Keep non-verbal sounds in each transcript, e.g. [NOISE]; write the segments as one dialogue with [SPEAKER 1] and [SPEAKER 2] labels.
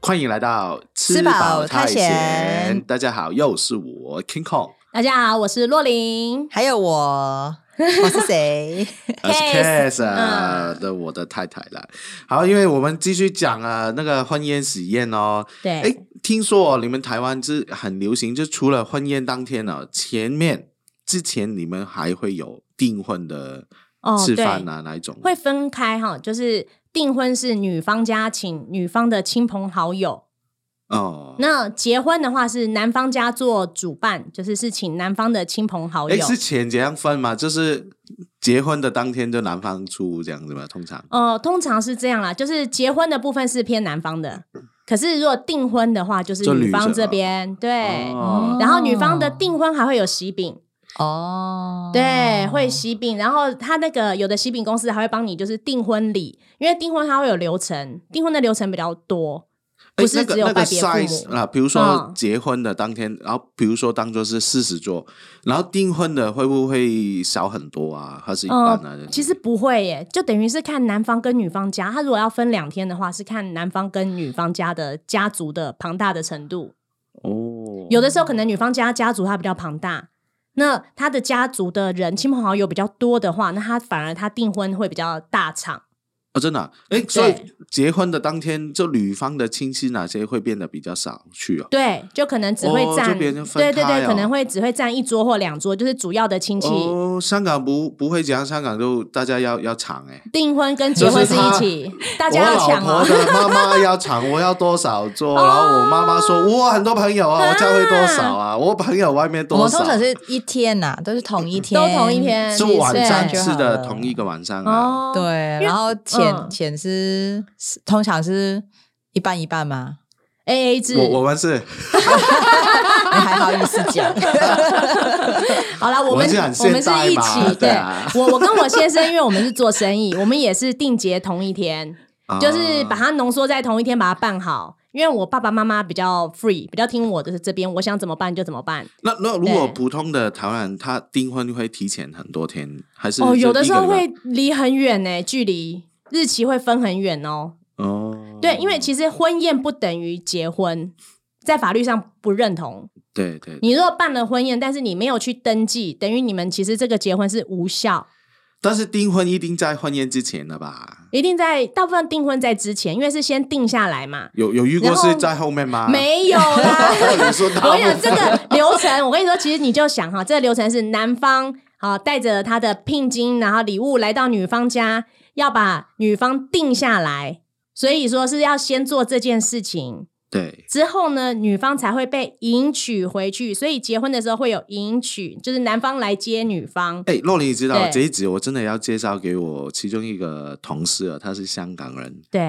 [SPEAKER 1] 欢迎来到
[SPEAKER 2] 吃饱太闲
[SPEAKER 1] 大家好，又是我 King Kong，
[SPEAKER 3] 大家好，我是洛琳。
[SPEAKER 2] 还有我，我是
[SPEAKER 3] [LAUGHS]
[SPEAKER 2] 谁？
[SPEAKER 1] 呃是
[SPEAKER 3] Case，
[SPEAKER 1] Case 啊
[SPEAKER 3] 嗯
[SPEAKER 1] 的我的太太啦。好，因为我们继续讲啊那个婚宴喜宴哦。
[SPEAKER 3] 对，
[SPEAKER 1] 哎，听说、哦、你们台湾是很流行，就除了婚宴当天呢、哦，前面之前你们还会有订婚的
[SPEAKER 3] 哦
[SPEAKER 1] 吃
[SPEAKER 3] 对
[SPEAKER 1] 饭啊、那一种？
[SPEAKER 3] 会分开哈，就是订婚是女方家请女方的亲朋好友，
[SPEAKER 1] 哦。
[SPEAKER 3] 那结婚的话是男方家做主办，就是是请男方的亲朋好
[SPEAKER 1] 哎，
[SPEAKER 3] 友。
[SPEAKER 1] 是钱怎样分嘛？就是结婚的当天就男方出这样子嘛，通常。
[SPEAKER 3] 呃，通常是这样啦，就是结婚的部分是偏男方的，可是如果订婚的话，就是
[SPEAKER 1] 嗯就女
[SPEAKER 3] 女方
[SPEAKER 1] 生
[SPEAKER 3] 这
[SPEAKER 1] 啊
[SPEAKER 3] 边对。
[SPEAKER 1] 哦
[SPEAKER 3] 然后女方的订婚还会有喜饼，
[SPEAKER 2] 哦，
[SPEAKER 3] 对，会喜饼，然后他那个有的喜饼公司还会帮你就是订婚礼，因为订婚它会有流程，订婚的流程比较多，
[SPEAKER 1] 哎
[SPEAKER 3] 不是只有
[SPEAKER 1] 那个、那个
[SPEAKER 3] 拜别父母
[SPEAKER 1] size 啊，比如说
[SPEAKER 3] 嗯
[SPEAKER 1] 结婚的当天，然后比如说当做是四十桌，然后订婚的会不会少很多啊？还是一半啊？
[SPEAKER 3] 嗯，其实不会耶，就等于是看男方跟女方家，他如果要分两天的话，是看男方跟女方家的家族的庞大的程度。
[SPEAKER 1] 哦，
[SPEAKER 3] 有的时候可能女方家家族他比较庞大，那他的家族的人亲朋好友比较多的话，那他反而他订婚会比较大场。
[SPEAKER 1] 哦，真的啊、哎，所以结婚的当天，就女方的亲戚哪些会变得比较少去哦？
[SPEAKER 3] 对，就可能只会
[SPEAKER 1] 哦
[SPEAKER 3] 占，
[SPEAKER 1] 这边就分
[SPEAKER 3] 对对
[SPEAKER 1] 开
[SPEAKER 3] 对，
[SPEAKER 1] 哦
[SPEAKER 3] 可能会只会占一桌或两桌，就是主要的亲戚。
[SPEAKER 1] 哦，香港不不会讲，香港就大家要要抢哎、
[SPEAKER 3] 订婚跟结婚是一起，大
[SPEAKER 1] 我
[SPEAKER 3] 家要
[SPEAKER 1] 老
[SPEAKER 3] 抢
[SPEAKER 1] 婆
[SPEAKER 3] 哦。
[SPEAKER 1] 的妈妈要抢，我要多少桌？然后我妈妈
[SPEAKER 3] [LAUGHS]
[SPEAKER 1] 说，
[SPEAKER 3] 哦
[SPEAKER 1] 我很多朋友啊，我教会多少
[SPEAKER 3] 嗯
[SPEAKER 1] 啊？我朋友外面
[SPEAKER 2] 我
[SPEAKER 1] 多少？
[SPEAKER 2] 们通常是一天呐，都是同一天，
[SPEAKER 3] 都同一天
[SPEAKER 1] 是
[SPEAKER 2] 吃
[SPEAKER 1] 晚上
[SPEAKER 2] 饭
[SPEAKER 3] 对
[SPEAKER 2] 就
[SPEAKER 1] 吃
[SPEAKER 2] 好
[SPEAKER 1] 的
[SPEAKER 2] 了
[SPEAKER 1] 同一个晚上啊。
[SPEAKER 3] 哦，
[SPEAKER 2] 对，然后
[SPEAKER 3] 嗯
[SPEAKER 2] 钱钱是是通常是一半一半嘛，
[SPEAKER 3] ，A A 制。
[SPEAKER 1] 我我们是，
[SPEAKER 2] 你哎还好意思讲？
[SPEAKER 3] 好啦，我
[SPEAKER 1] 我们
[SPEAKER 3] 们
[SPEAKER 1] 是很
[SPEAKER 3] 我
[SPEAKER 1] 现
[SPEAKER 3] 们是
[SPEAKER 1] 代
[SPEAKER 3] 一
[SPEAKER 1] 嘛
[SPEAKER 3] 起，
[SPEAKER 1] 对
[SPEAKER 3] 对
[SPEAKER 1] 啊
[SPEAKER 3] 我我跟我先生， [LAUGHS] 因为我们是做生意，我们也是定结同一天， [LAUGHS] 就是把
[SPEAKER 1] 啊
[SPEAKER 3] 它浓缩在同一天，把它办好。因为我爸爸妈妈比较 free，比较听我的这边，我想怎么办就怎么办。
[SPEAKER 1] 那那如果
[SPEAKER 3] 对
[SPEAKER 1] 普通的台湾人，他订婚会提前很多天，还是
[SPEAKER 3] 哦，
[SPEAKER 1] 就
[SPEAKER 3] 有的
[SPEAKER 1] 一
[SPEAKER 3] 时
[SPEAKER 1] 个
[SPEAKER 3] 候
[SPEAKER 1] 礼拜
[SPEAKER 3] 会离很远呢、距离日期会分很远哦。
[SPEAKER 1] 哦，
[SPEAKER 3] 对，因为其实婚宴不等于结婚，在法律上不认同。
[SPEAKER 1] 对对，
[SPEAKER 3] 你如果办了婚宴，但是你没有去登记，等于你们其实这个结婚是无效。
[SPEAKER 1] 但是订婚一定在婚宴之前的吧？
[SPEAKER 3] 一定在大部分订婚在之前，因为是先定下来嘛。
[SPEAKER 1] 有有遇过
[SPEAKER 3] 然后
[SPEAKER 1] 是在后面吗？ [LAUGHS]
[SPEAKER 3] 没有啦，
[SPEAKER 1] 哦，你说大
[SPEAKER 3] 我跟你
[SPEAKER 1] 部
[SPEAKER 3] 讲这
[SPEAKER 1] 分
[SPEAKER 3] 个流程，我跟你说，其实你就想哈，这个流程是男方啊带着他的聘金，然后礼物来到女方家，要把女方定下来，所以说是要先做这件事情。
[SPEAKER 1] 对
[SPEAKER 3] 之后呢，女方才会被迎娶回去，所以结婚的时候会有迎娶，就是男方来接女方。
[SPEAKER 1] 哎，洛琳，你知道
[SPEAKER 3] 对
[SPEAKER 1] 这一集我真的要介绍给我其中一个同事啊，他是香港人，
[SPEAKER 3] 对，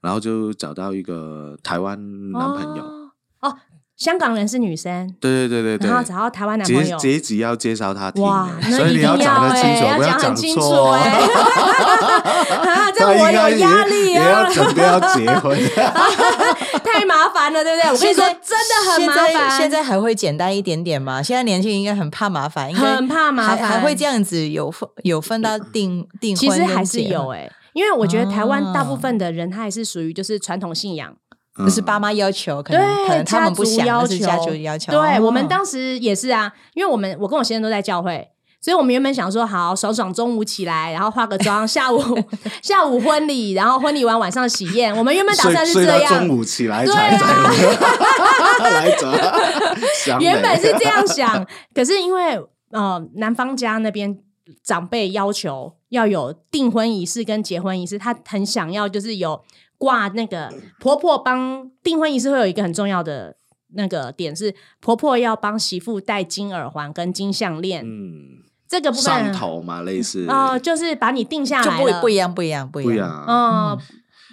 [SPEAKER 1] 然后就找到一个台湾男朋友，
[SPEAKER 3] 哦哦，香港人是女生，
[SPEAKER 1] 对对对对对，
[SPEAKER 3] 然后找到台湾男
[SPEAKER 1] 这
[SPEAKER 3] 朋友
[SPEAKER 1] 这。一集要介绍他听
[SPEAKER 3] 哇
[SPEAKER 1] 欸，，
[SPEAKER 3] 那
[SPEAKER 1] 所以
[SPEAKER 3] 一
[SPEAKER 1] 你
[SPEAKER 3] 定要
[SPEAKER 1] 讲得清
[SPEAKER 3] 哎
[SPEAKER 1] 楚，
[SPEAKER 3] 要
[SPEAKER 1] 不
[SPEAKER 3] 讲很清楚
[SPEAKER 1] 错 [LAUGHS]
[SPEAKER 3] 哎、
[SPEAKER 1] 哦。
[SPEAKER 3] 啊，这样
[SPEAKER 1] 他
[SPEAKER 3] 我
[SPEAKER 1] 应该
[SPEAKER 3] 有
[SPEAKER 1] 也
[SPEAKER 3] 压力
[SPEAKER 1] 也
[SPEAKER 3] 啊
[SPEAKER 1] 要，准备要结婚。
[SPEAKER 3] [LAUGHS] 太麻烦了，对 [LAUGHS] 不对？我跟你说，真的很麻
[SPEAKER 2] 现在
[SPEAKER 3] 烦，
[SPEAKER 2] 现在还会简单一点点吗？现在年轻人应该很怕麻烦，应该
[SPEAKER 3] 很怕麻烦
[SPEAKER 2] 还还会这样子有分有分到
[SPEAKER 3] [CLEARS THROAT]
[SPEAKER 2] 订订婚
[SPEAKER 3] 其
[SPEAKER 2] 跟
[SPEAKER 3] 实
[SPEAKER 2] 结婚，
[SPEAKER 3] 还是有哎、因为我觉得台湾
[SPEAKER 2] 啊
[SPEAKER 3] 大部分的人，他还是属于就是传统信仰，
[SPEAKER 1] 嗯
[SPEAKER 2] 就是爸妈要求，可能可
[SPEAKER 3] 欸对
[SPEAKER 2] 能他
[SPEAKER 3] 家
[SPEAKER 2] 们不
[SPEAKER 3] 族
[SPEAKER 2] 想，
[SPEAKER 3] 要
[SPEAKER 2] 但
[SPEAKER 3] 求，
[SPEAKER 2] 是家族要求。
[SPEAKER 3] 对
[SPEAKER 2] 哦
[SPEAKER 3] 我们当时也是啊，因为我们我跟我先生都在教会，所以我们原本想说好爽爽中午起来，然后化
[SPEAKER 2] [LAUGHS]
[SPEAKER 3] 个妆，下午下午婚礼，然后婚礼完晚上喜宴，我们原本打
[SPEAKER 1] 睡
[SPEAKER 3] 算是
[SPEAKER 1] 睡
[SPEAKER 3] 这
[SPEAKER 1] 到
[SPEAKER 3] 样，
[SPEAKER 1] 中午起来
[SPEAKER 3] 对
[SPEAKER 1] 才
[SPEAKER 3] 啊
[SPEAKER 1] 才 [LAUGHS] 来
[SPEAKER 3] [LAUGHS]
[SPEAKER 1] 着，想
[SPEAKER 3] 原
[SPEAKER 1] 美
[SPEAKER 3] 本是这
[SPEAKER 1] [LAUGHS]
[SPEAKER 3] 样想，可是因为呃，男方家那边长辈要求要有订婚仪式跟结婚仪式，他很想要就是有挂那个婆婆帮订婚仪式会有一个很重要的那个点是婆婆要帮媳妇戴金耳环跟金项链，
[SPEAKER 1] 嗯，
[SPEAKER 3] 这个部
[SPEAKER 1] 上
[SPEAKER 3] 分
[SPEAKER 1] 头嘛，类似
[SPEAKER 3] 哦、就是把你定下
[SPEAKER 2] 就
[SPEAKER 3] 来
[SPEAKER 2] 不
[SPEAKER 3] 了，
[SPEAKER 2] 不一样，不一样，不
[SPEAKER 1] 不一
[SPEAKER 2] 一
[SPEAKER 1] 样
[SPEAKER 2] 样。
[SPEAKER 1] 啊。
[SPEAKER 3] 嗯，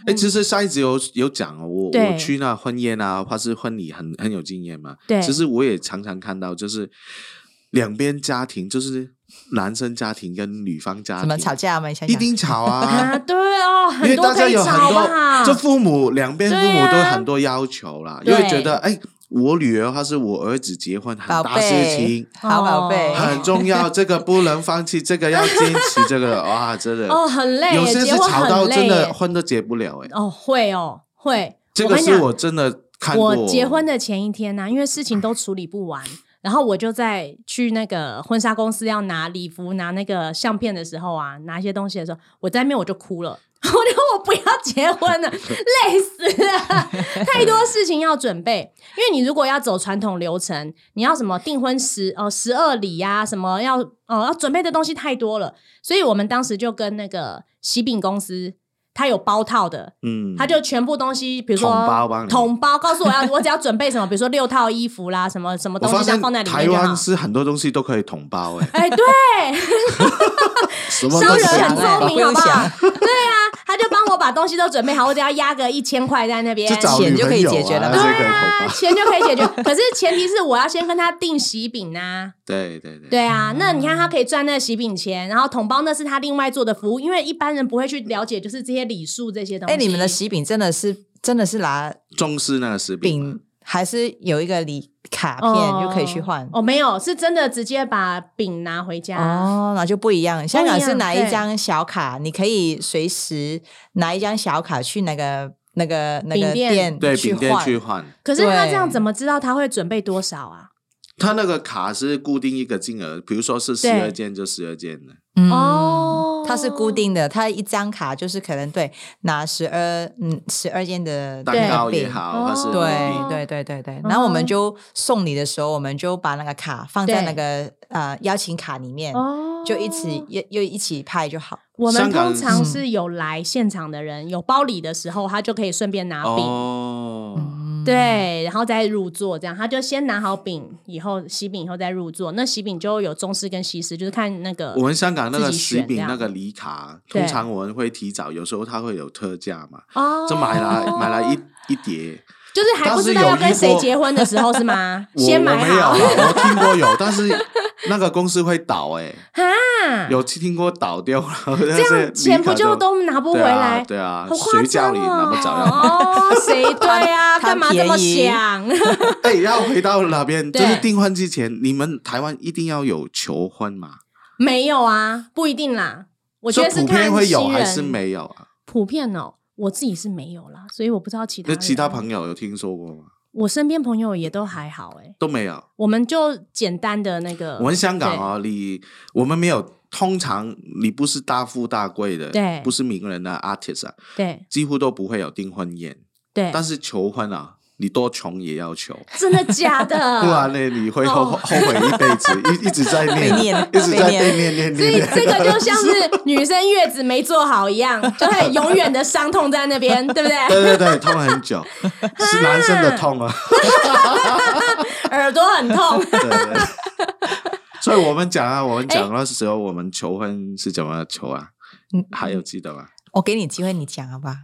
[SPEAKER 1] 哎，其实上一集有有讲哦，我我
[SPEAKER 3] 对
[SPEAKER 1] 去那婚宴啊，或是婚礼很很有经验嘛。
[SPEAKER 3] 对
[SPEAKER 1] 其实我也常常看到，就是两边家庭，就是男生家庭跟女方家
[SPEAKER 2] 什
[SPEAKER 1] 庭
[SPEAKER 2] 么吵架吗？你想
[SPEAKER 1] 一
[SPEAKER 2] 想，
[SPEAKER 1] 定吵啊
[SPEAKER 2] [LAUGHS]
[SPEAKER 3] 啊，。对哦，
[SPEAKER 1] 因
[SPEAKER 3] 很
[SPEAKER 1] 为
[SPEAKER 3] 多
[SPEAKER 1] 大
[SPEAKER 3] 可
[SPEAKER 1] 家
[SPEAKER 3] 以
[SPEAKER 1] 有很
[SPEAKER 3] 吵
[SPEAKER 1] 多
[SPEAKER 3] 吧，，
[SPEAKER 1] 就父母两边父
[SPEAKER 3] 对
[SPEAKER 1] 母
[SPEAKER 3] 啊
[SPEAKER 1] 都有很多要求啦，因为
[SPEAKER 3] 对
[SPEAKER 1] 觉得哎，我女儿或是我儿子结婚很
[SPEAKER 2] 宝
[SPEAKER 1] 大事
[SPEAKER 2] 贝
[SPEAKER 1] 情，，
[SPEAKER 2] 好宝贝，
[SPEAKER 3] 哦
[SPEAKER 1] 很重要，这个不能放弃，这个要坚持，这个哇，真的
[SPEAKER 3] 哦，很累耶，
[SPEAKER 1] 有些
[SPEAKER 3] 结
[SPEAKER 1] 是
[SPEAKER 3] 婚
[SPEAKER 1] 吵
[SPEAKER 3] 很
[SPEAKER 1] 到
[SPEAKER 3] 累
[SPEAKER 1] 真的
[SPEAKER 3] 耶
[SPEAKER 1] 婚都结不了哎，
[SPEAKER 3] 哦，会哦，会。
[SPEAKER 1] 这
[SPEAKER 3] 我
[SPEAKER 1] 个
[SPEAKER 3] 跟你
[SPEAKER 1] 是
[SPEAKER 3] 讲
[SPEAKER 1] 我真的看过。
[SPEAKER 3] 我结婚的前一天呢、因为事情都处理不完，然后我就在去那个婚纱公司要拿礼服、拿那个相片的时候啊，拿一些东西的时候，我在那边我就哭了。 [LAUGHS] 我就我不要结婚
[SPEAKER 1] [LAUGHS]
[SPEAKER 3] 了，累死了，太多事情要准备。因为你如果要走传统流程，你要什么订婚十哦十二礼呀、什么要哦要准备的东西太多了，所以我们当时就跟那个喜饼公司，它有包套的，
[SPEAKER 1] 嗯，
[SPEAKER 3] 他就全部东西，比如说
[SPEAKER 1] 统包帮你
[SPEAKER 3] 统包告诉我要，我只要准备什么，比如说六套衣服啦，什么什么
[SPEAKER 1] 我
[SPEAKER 3] 东
[SPEAKER 1] 发
[SPEAKER 3] 西要
[SPEAKER 1] 现
[SPEAKER 3] 放在里面
[SPEAKER 1] 台
[SPEAKER 3] 就
[SPEAKER 1] 湾
[SPEAKER 3] 好。
[SPEAKER 1] 是很多东西都可以统包
[SPEAKER 3] [LAUGHS]
[SPEAKER 1] 哎、
[SPEAKER 3] 哎，对，
[SPEAKER 1] 什么
[SPEAKER 3] 商
[SPEAKER 1] 都
[SPEAKER 3] 人
[SPEAKER 1] 可以
[SPEAKER 3] 很
[SPEAKER 1] 统包
[SPEAKER 3] 聪
[SPEAKER 2] 不
[SPEAKER 3] 明，好
[SPEAKER 2] 用
[SPEAKER 3] 不好
[SPEAKER 2] 想？
[SPEAKER 3] 对啊，他就帮我把东西都准备好，我只要压个一千块在那边
[SPEAKER 1] 就，找
[SPEAKER 2] 钱
[SPEAKER 1] 女
[SPEAKER 2] 就可
[SPEAKER 1] 朋
[SPEAKER 2] 以
[SPEAKER 1] 友
[SPEAKER 2] 解决
[SPEAKER 1] 啊，
[SPEAKER 2] 了
[SPEAKER 1] 就
[SPEAKER 2] 嘛
[SPEAKER 1] 可以统包。
[SPEAKER 3] 钱就可以解决。可是前提是我要先跟他订喜饼呐、
[SPEAKER 1] 对对对，
[SPEAKER 3] 对啊，那你看他可以赚那喜饼钱，然后统包那是他另外做的服务，因为一般人不会去了解，就是这些礼数这些东西。
[SPEAKER 2] 哎，你们的喜饼真的是真的是拿
[SPEAKER 1] 中式那个食品嘛
[SPEAKER 2] 饼，还是有一个礼卡片
[SPEAKER 3] 哦
[SPEAKER 2] 就可以去换
[SPEAKER 3] 哦，没有，是真的直接把饼拿回家。
[SPEAKER 2] 哦，那就不一样。香港是拿
[SPEAKER 3] 对
[SPEAKER 2] 一张小卡，你可以随时拿一张小卡去那个那个那
[SPEAKER 3] 饼
[SPEAKER 2] 个
[SPEAKER 3] 店
[SPEAKER 2] 店
[SPEAKER 1] 对
[SPEAKER 2] 去
[SPEAKER 1] 饼店
[SPEAKER 2] 换。
[SPEAKER 1] 去换，
[SPEAKER 3] 可是他这样
[SPEAKER 2] 对
[SPEAKER 3] 怎么知道他会准备多少啊？
[SPEAKER 1] 他那个卡是固定一个金额，比如说是十
[SPEAKER 3] 对
[SPEAKER 1] 二件就十二件的，
[SPEAKER 2] 嗯
[SPEAKER 3] 哦
[SPEAKER 2] 它是固定的，它一张卡就是可能对拿十二嗯十二件的
[SPEAKER 1] 蛋糕也
[SPEAKER 2] 饼
[SPEAKER 1] 好，还是
[SPEAKER 3] 哦
[SPEAKER 1] 礼
[SPEAKER 2] 对
[SPEAKER 1] 品
[SPEAKER 2] 对对对对，
[SPEAKER 3] 嗯
[SPEAKER 2] 然后我们就送礼的时候，我们就把那个卡放在那个呃邀请卡里面，
[SPEAKER 3] 哦
[SPEAKER 2] 就一起又又一起拍就好。
[SPEAKER 3] 我们
[SPEAKER 1] 香港嗯
[SPEAKER 3] 通常是有来现场的人，有包礼的时候，他就可以顺便拿饼，
[SPEAKER 1] 哦，
[SPEAKER 3] 对，然后再入座，这样他就先拿好饼，以后喜饼以后再入座。那喜饼就有中式跟西式，就是看那个
[SPEAKER 1] 我们香港那个
[SPEAKER 3] 自己选
[SPEAKER 1] 食品
[SPEAKER 3] 这样
[SPEAKER 1] 那个礼卡，
[SPEAKER 3] 对
[SPEAKER 1] 通常我们会提早，有时候它会有特价嘛，
[SPEAKER 3] 哦，
[SPEAKER 1] 就买来买来一一叠。
[SPEAKER 3] 就是还不知道要跟谁结婚的时候是吗？
[SPEAKER 1] [LAUGHS] 我
[SPEAKER 3] 先
[SPEAKER 1] 我
[SPEAKER 3] 买
[SPEAKER 1] 没有啊啦，
[SPEAKER 3] 好
[SPEAKER 1] 我听过有，但是那个公司会倒哎、
[SPEAKER 3] 哈，
[SPEAKER 1] 有听过倒掉了，这
[SPEAKER 3] 这样钱不就都拿不回来？
[SPEAKER 1] 对啊，
[SPEAKER 3] 好
[SPEAKER 1] 对啊
[SPEAKER 3] 夸
[SPEAKER 1] 谁叫
[SPEAKER 3] 张
[SPEAKER 1] 你
[SPEAKER 3] 哦！
[SPEAKER 1] 那么早要？
[SPEAKER 3] 哦， [LAUGHS] 谁对
[SPEAKER 1] [LAUGHS]
[SPEAKER 3] 啊？
[SPEAKER 2] 贪
[SPEAKER 3] 干嘛这么
[SPEAKER 2] 贪便宜
[SPEAKER 3] 想？
[SPEAKER 1] 哎，要回到那边，就
[SPEAKER 3] 对
[SPEAKER 1] 是订婚之前，你们台湾一定要有求婚嘛？
[SPEAKER 3] 没有啊，不一定啦。我觉得
[SPEAKER 1] 就是普
[SPEAKER 3] 看
[SPEAKER 1] 遍会有
[SPEAKER 3] 新
[SPEAKER 1] 还
[SPEAKER 3] 人
[SPEAKER 1] 是没有啊？
[SPEAKER 3] 普遍哦。我自己是没有啦，所以我不知道其他
[SPEAKER 1] 那
[SPEAKER 3] 人啊
[SPEAKER 1] 其他朋友有听说过吗？
[SPEAKER 3] 我身边朋友也都还好哎、
[SPEAKER 1] 都没有。
[SPEAKER 3] 我们就简单的那个，
[SPEAKER 1] 我们香港啊，你我们没有，通常你不是大富大贵的，
[SPEAKER 3] 对
[SPEAKER 1] 不是名人的 artist 啊，
[SPEAKER 3] 对
[SPEAKER 1] 几乎都不会有订婚宴。
[SPEAKER 3] 对
[SPEAKER 1] 但
[SPEAKER 3] 对，
[SPEAKER 1] 是求婚啊，你多穷也要求，
[SPEAKER 3] [LAUGHS] 真的假的？
[SPEAKER 1] [LAUGHS] 不然呢，你会后
[SPEAKER 3] 嗯哦
[SPEAKER 1] 后悔一辈子，
[SPEAKER 3] [LAUGHS]
[SPEAKER 1] 一一直在念，
[SPEAKER 2] 被
[SPEAKER 1] [LAUGHS]
[SPEAKER 2] 念
[SPEAKER 1] 一直在
[SPEAKER 2] 被念
[SPEAKER 1] 被念念
[SPEAKER 3] 所
[SPEAKER 1] 念
[SPEAKER 3] 以这
[SPEAKER 1] 念。[LAUGHS]
[SPEAKER 3] 个就像是女生月子没做好一样，就会永远的伤痛在那
[SPEAKER 1] [LAUGHS]
[SPEAKER 3] 边，对不对？
[SPEAKER 1] 对对对，痛很
[SPEAKER 3] [LAUGHS]
[SPEAKER 1] 久，是男生的痛啊。
[SPEAKER 3] 耳朵
[SPEAKER 1] [LAUGHS]
[SPEAKER 3] 很痛，
[SPEAKER 1] 对对。对所以我们讲啊，我们讲那时候我们求婚是怎么求啊？
[SPEAKER 2] 嗯
[SPEAKER 1] 还有记得吗？
[SPEAKER 2] 我给你机会，你讲好不好？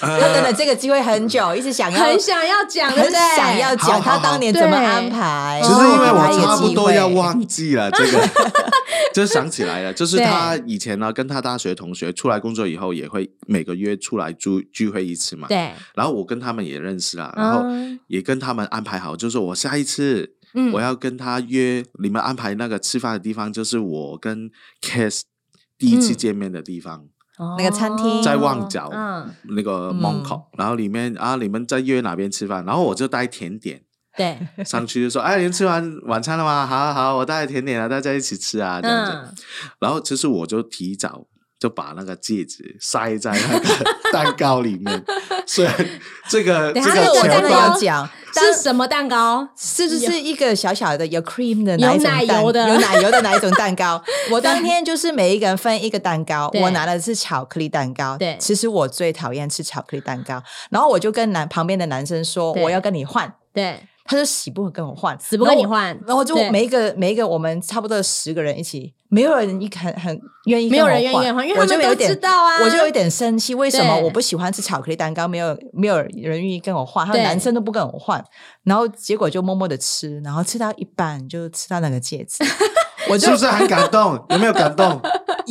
[SPEAKER 1] 呃
[SPEAKER 2] 他等了这个机会很久，一直想要
[SPEAKER 3] 很想要讲，对不
[SPEAKER 2] 很
[SPEAKER 3] 对？
[SPEAKER 2] 想要
[SPEAKER 1] 好
[SPEAKER 2] 讲
[SPEAKER 1] 好
[SPEAKER 2] 他
[SPEAKER 1] 好
[SPEAKER 2] 当年怎么
[SPEAKER 3] 对哦
[SPEAKER 2] 安排，
[SPEAKER 1] 只是因为
[SPEAKER 2] 然后
[SPEAKER 1] 我
[SPEAKER 2] 给他
[SPEAKER 1] 差
[SPEAKER 2] 一个
[SPEAKER 1] 不
[SPEAKER 2] 哦机
[SPEAKER 1] 多要
[SPEAKER 2] 会
[SPEAKER 1] 忘记了
[SPEAKER 2] [LAUGHS]
[SPEAKER 1] 这个，就想起来了，就是
[SPEAKER 3] 对
[SPEAKER 1] 他以前呢跟他大学同学出来工作以后，也会每个月出来聚聚会一次嘛。
[SPEAKER 3] 对，
[SPEAKER 1] 然后我跟他们也认识了，啊
[SPEAKER 2] 哦
[SPEAKER 1] 然后
[SPEAKER 3] 嗯
[SPEAKER 1] 也跟他们安排好，就是我下一次
[SPEAKER 3] 嗯
[SPEAKER 1] 我要跟他约，你们安排那个吃饭的地方，就是我跟 Case 第一次
[SPEAKER 3] 嗯
[SPEAKER 1] 见面的地方，
[SPEAKER 2] 那
[SPEAKER 3] 那
[SPEAKER 2] 个餐厅
[SPEAKER 1] 在旺角
[SPEAKER 3] 嗯，
[SPEAKER 1] 那个
[SPEAKER 2] 嗯
[SPEAKER 1] Mongkok，、然后里面啊，你们在约哪边吃饭？然后我就带甜点。
[SPEAKER 2] [LAUGHS]
[SPEAKER 3] 对，
[SPEAKER 1] 上去就说：“哎，你们吃完晚餐了吗？好好好，我带甜点啊，大家一起吃啊，这样子。
[SPEAKER 3] 嗯，
[SPEAKER 1] 然后其实我就提早就把那个戒指塞在那
[SPEAKER 2] [LAUGHS]
[SPEAKER 1] 个蛋糕里面，所以这个
[SPEAKER 3] 等
[SPEAKER 1] 这
[SPEAKER 3] 下
[SPEAKER 2] 这
[SPEAKER 1] 个啊
[SPEAKER 2] 个我真
[SPEAKER 1] 桥
[SPEAKER 2] 的
[SPEAKER 1] 段
[SPEAKER 2] 要讲，但
[SPEAKER 3] 是什么蛋糕？
[SPEAKER 2] 是就是一个小小的有 cream 的
[SPEAKER 3] 有
[SPEAKER 2] 哪一种
[SPEAKER 3] 奶
[SPEAKER 2] 蛋
[SPEAKER 3] 油的
[SPEAKER 2] 有奶油的哪一种蛋
[SPEAKER 3] [LAUGHS]
[SPEAKER 2] 糕？我当天就是每一个人分一个蛋糕，
[SPEAKER 3] 对
[SPEAKER 2] 我拿的是巧克力蛋糕。
[SPEAKER 3] 对
[SPEAKER 2] 其实我最讨厌吃巧克力蛋糕，然后我就跟男旁边的男生说
[SPEAKER 3] 对
[SPEAKER 2] 我要跟你换，
[SPEAKER 3] 对，
[SPEAKER 2] 他就死不跟我换，
[SPEAKER 3] 死不跟你换
[SPEAKER 2] 然后我然后
[SPEAKER 3] 对
[SPEAKER 2] 就每一个每一个我们差不多十个人一起，没有人一很很愿意跟
[SPEAKER 3] 没有
[SPEAKER 2] 我换，
[SPEAKER 3] 人愿意换，因为他
[SPEAKER 2] 我就
[SPEAKER 3] 们
[SPEAKER 2] 有
[SPEAKER 3] 都
[SPEAKER 2] 点
[SPEAKER 3] 知道啊。
[SPEAKER 2] 我就有点生气，为什么
[SPEAKER 3] 对
[SPEAKER 2] 我不喜欢吃巧克力蛋糕？没有没有人愿意跟我换，他们
[SPEAKER 3] 对
[SPEAKER 2] 男生都不跟我换，然后结果就默默的吃，然后吃到一半就吃到那个戒
[SPEAKER 3] [LAUGHS]
[SPEAKER 2] 指，我就是
[SPEAKER 1] 不是很感动？有没有感动？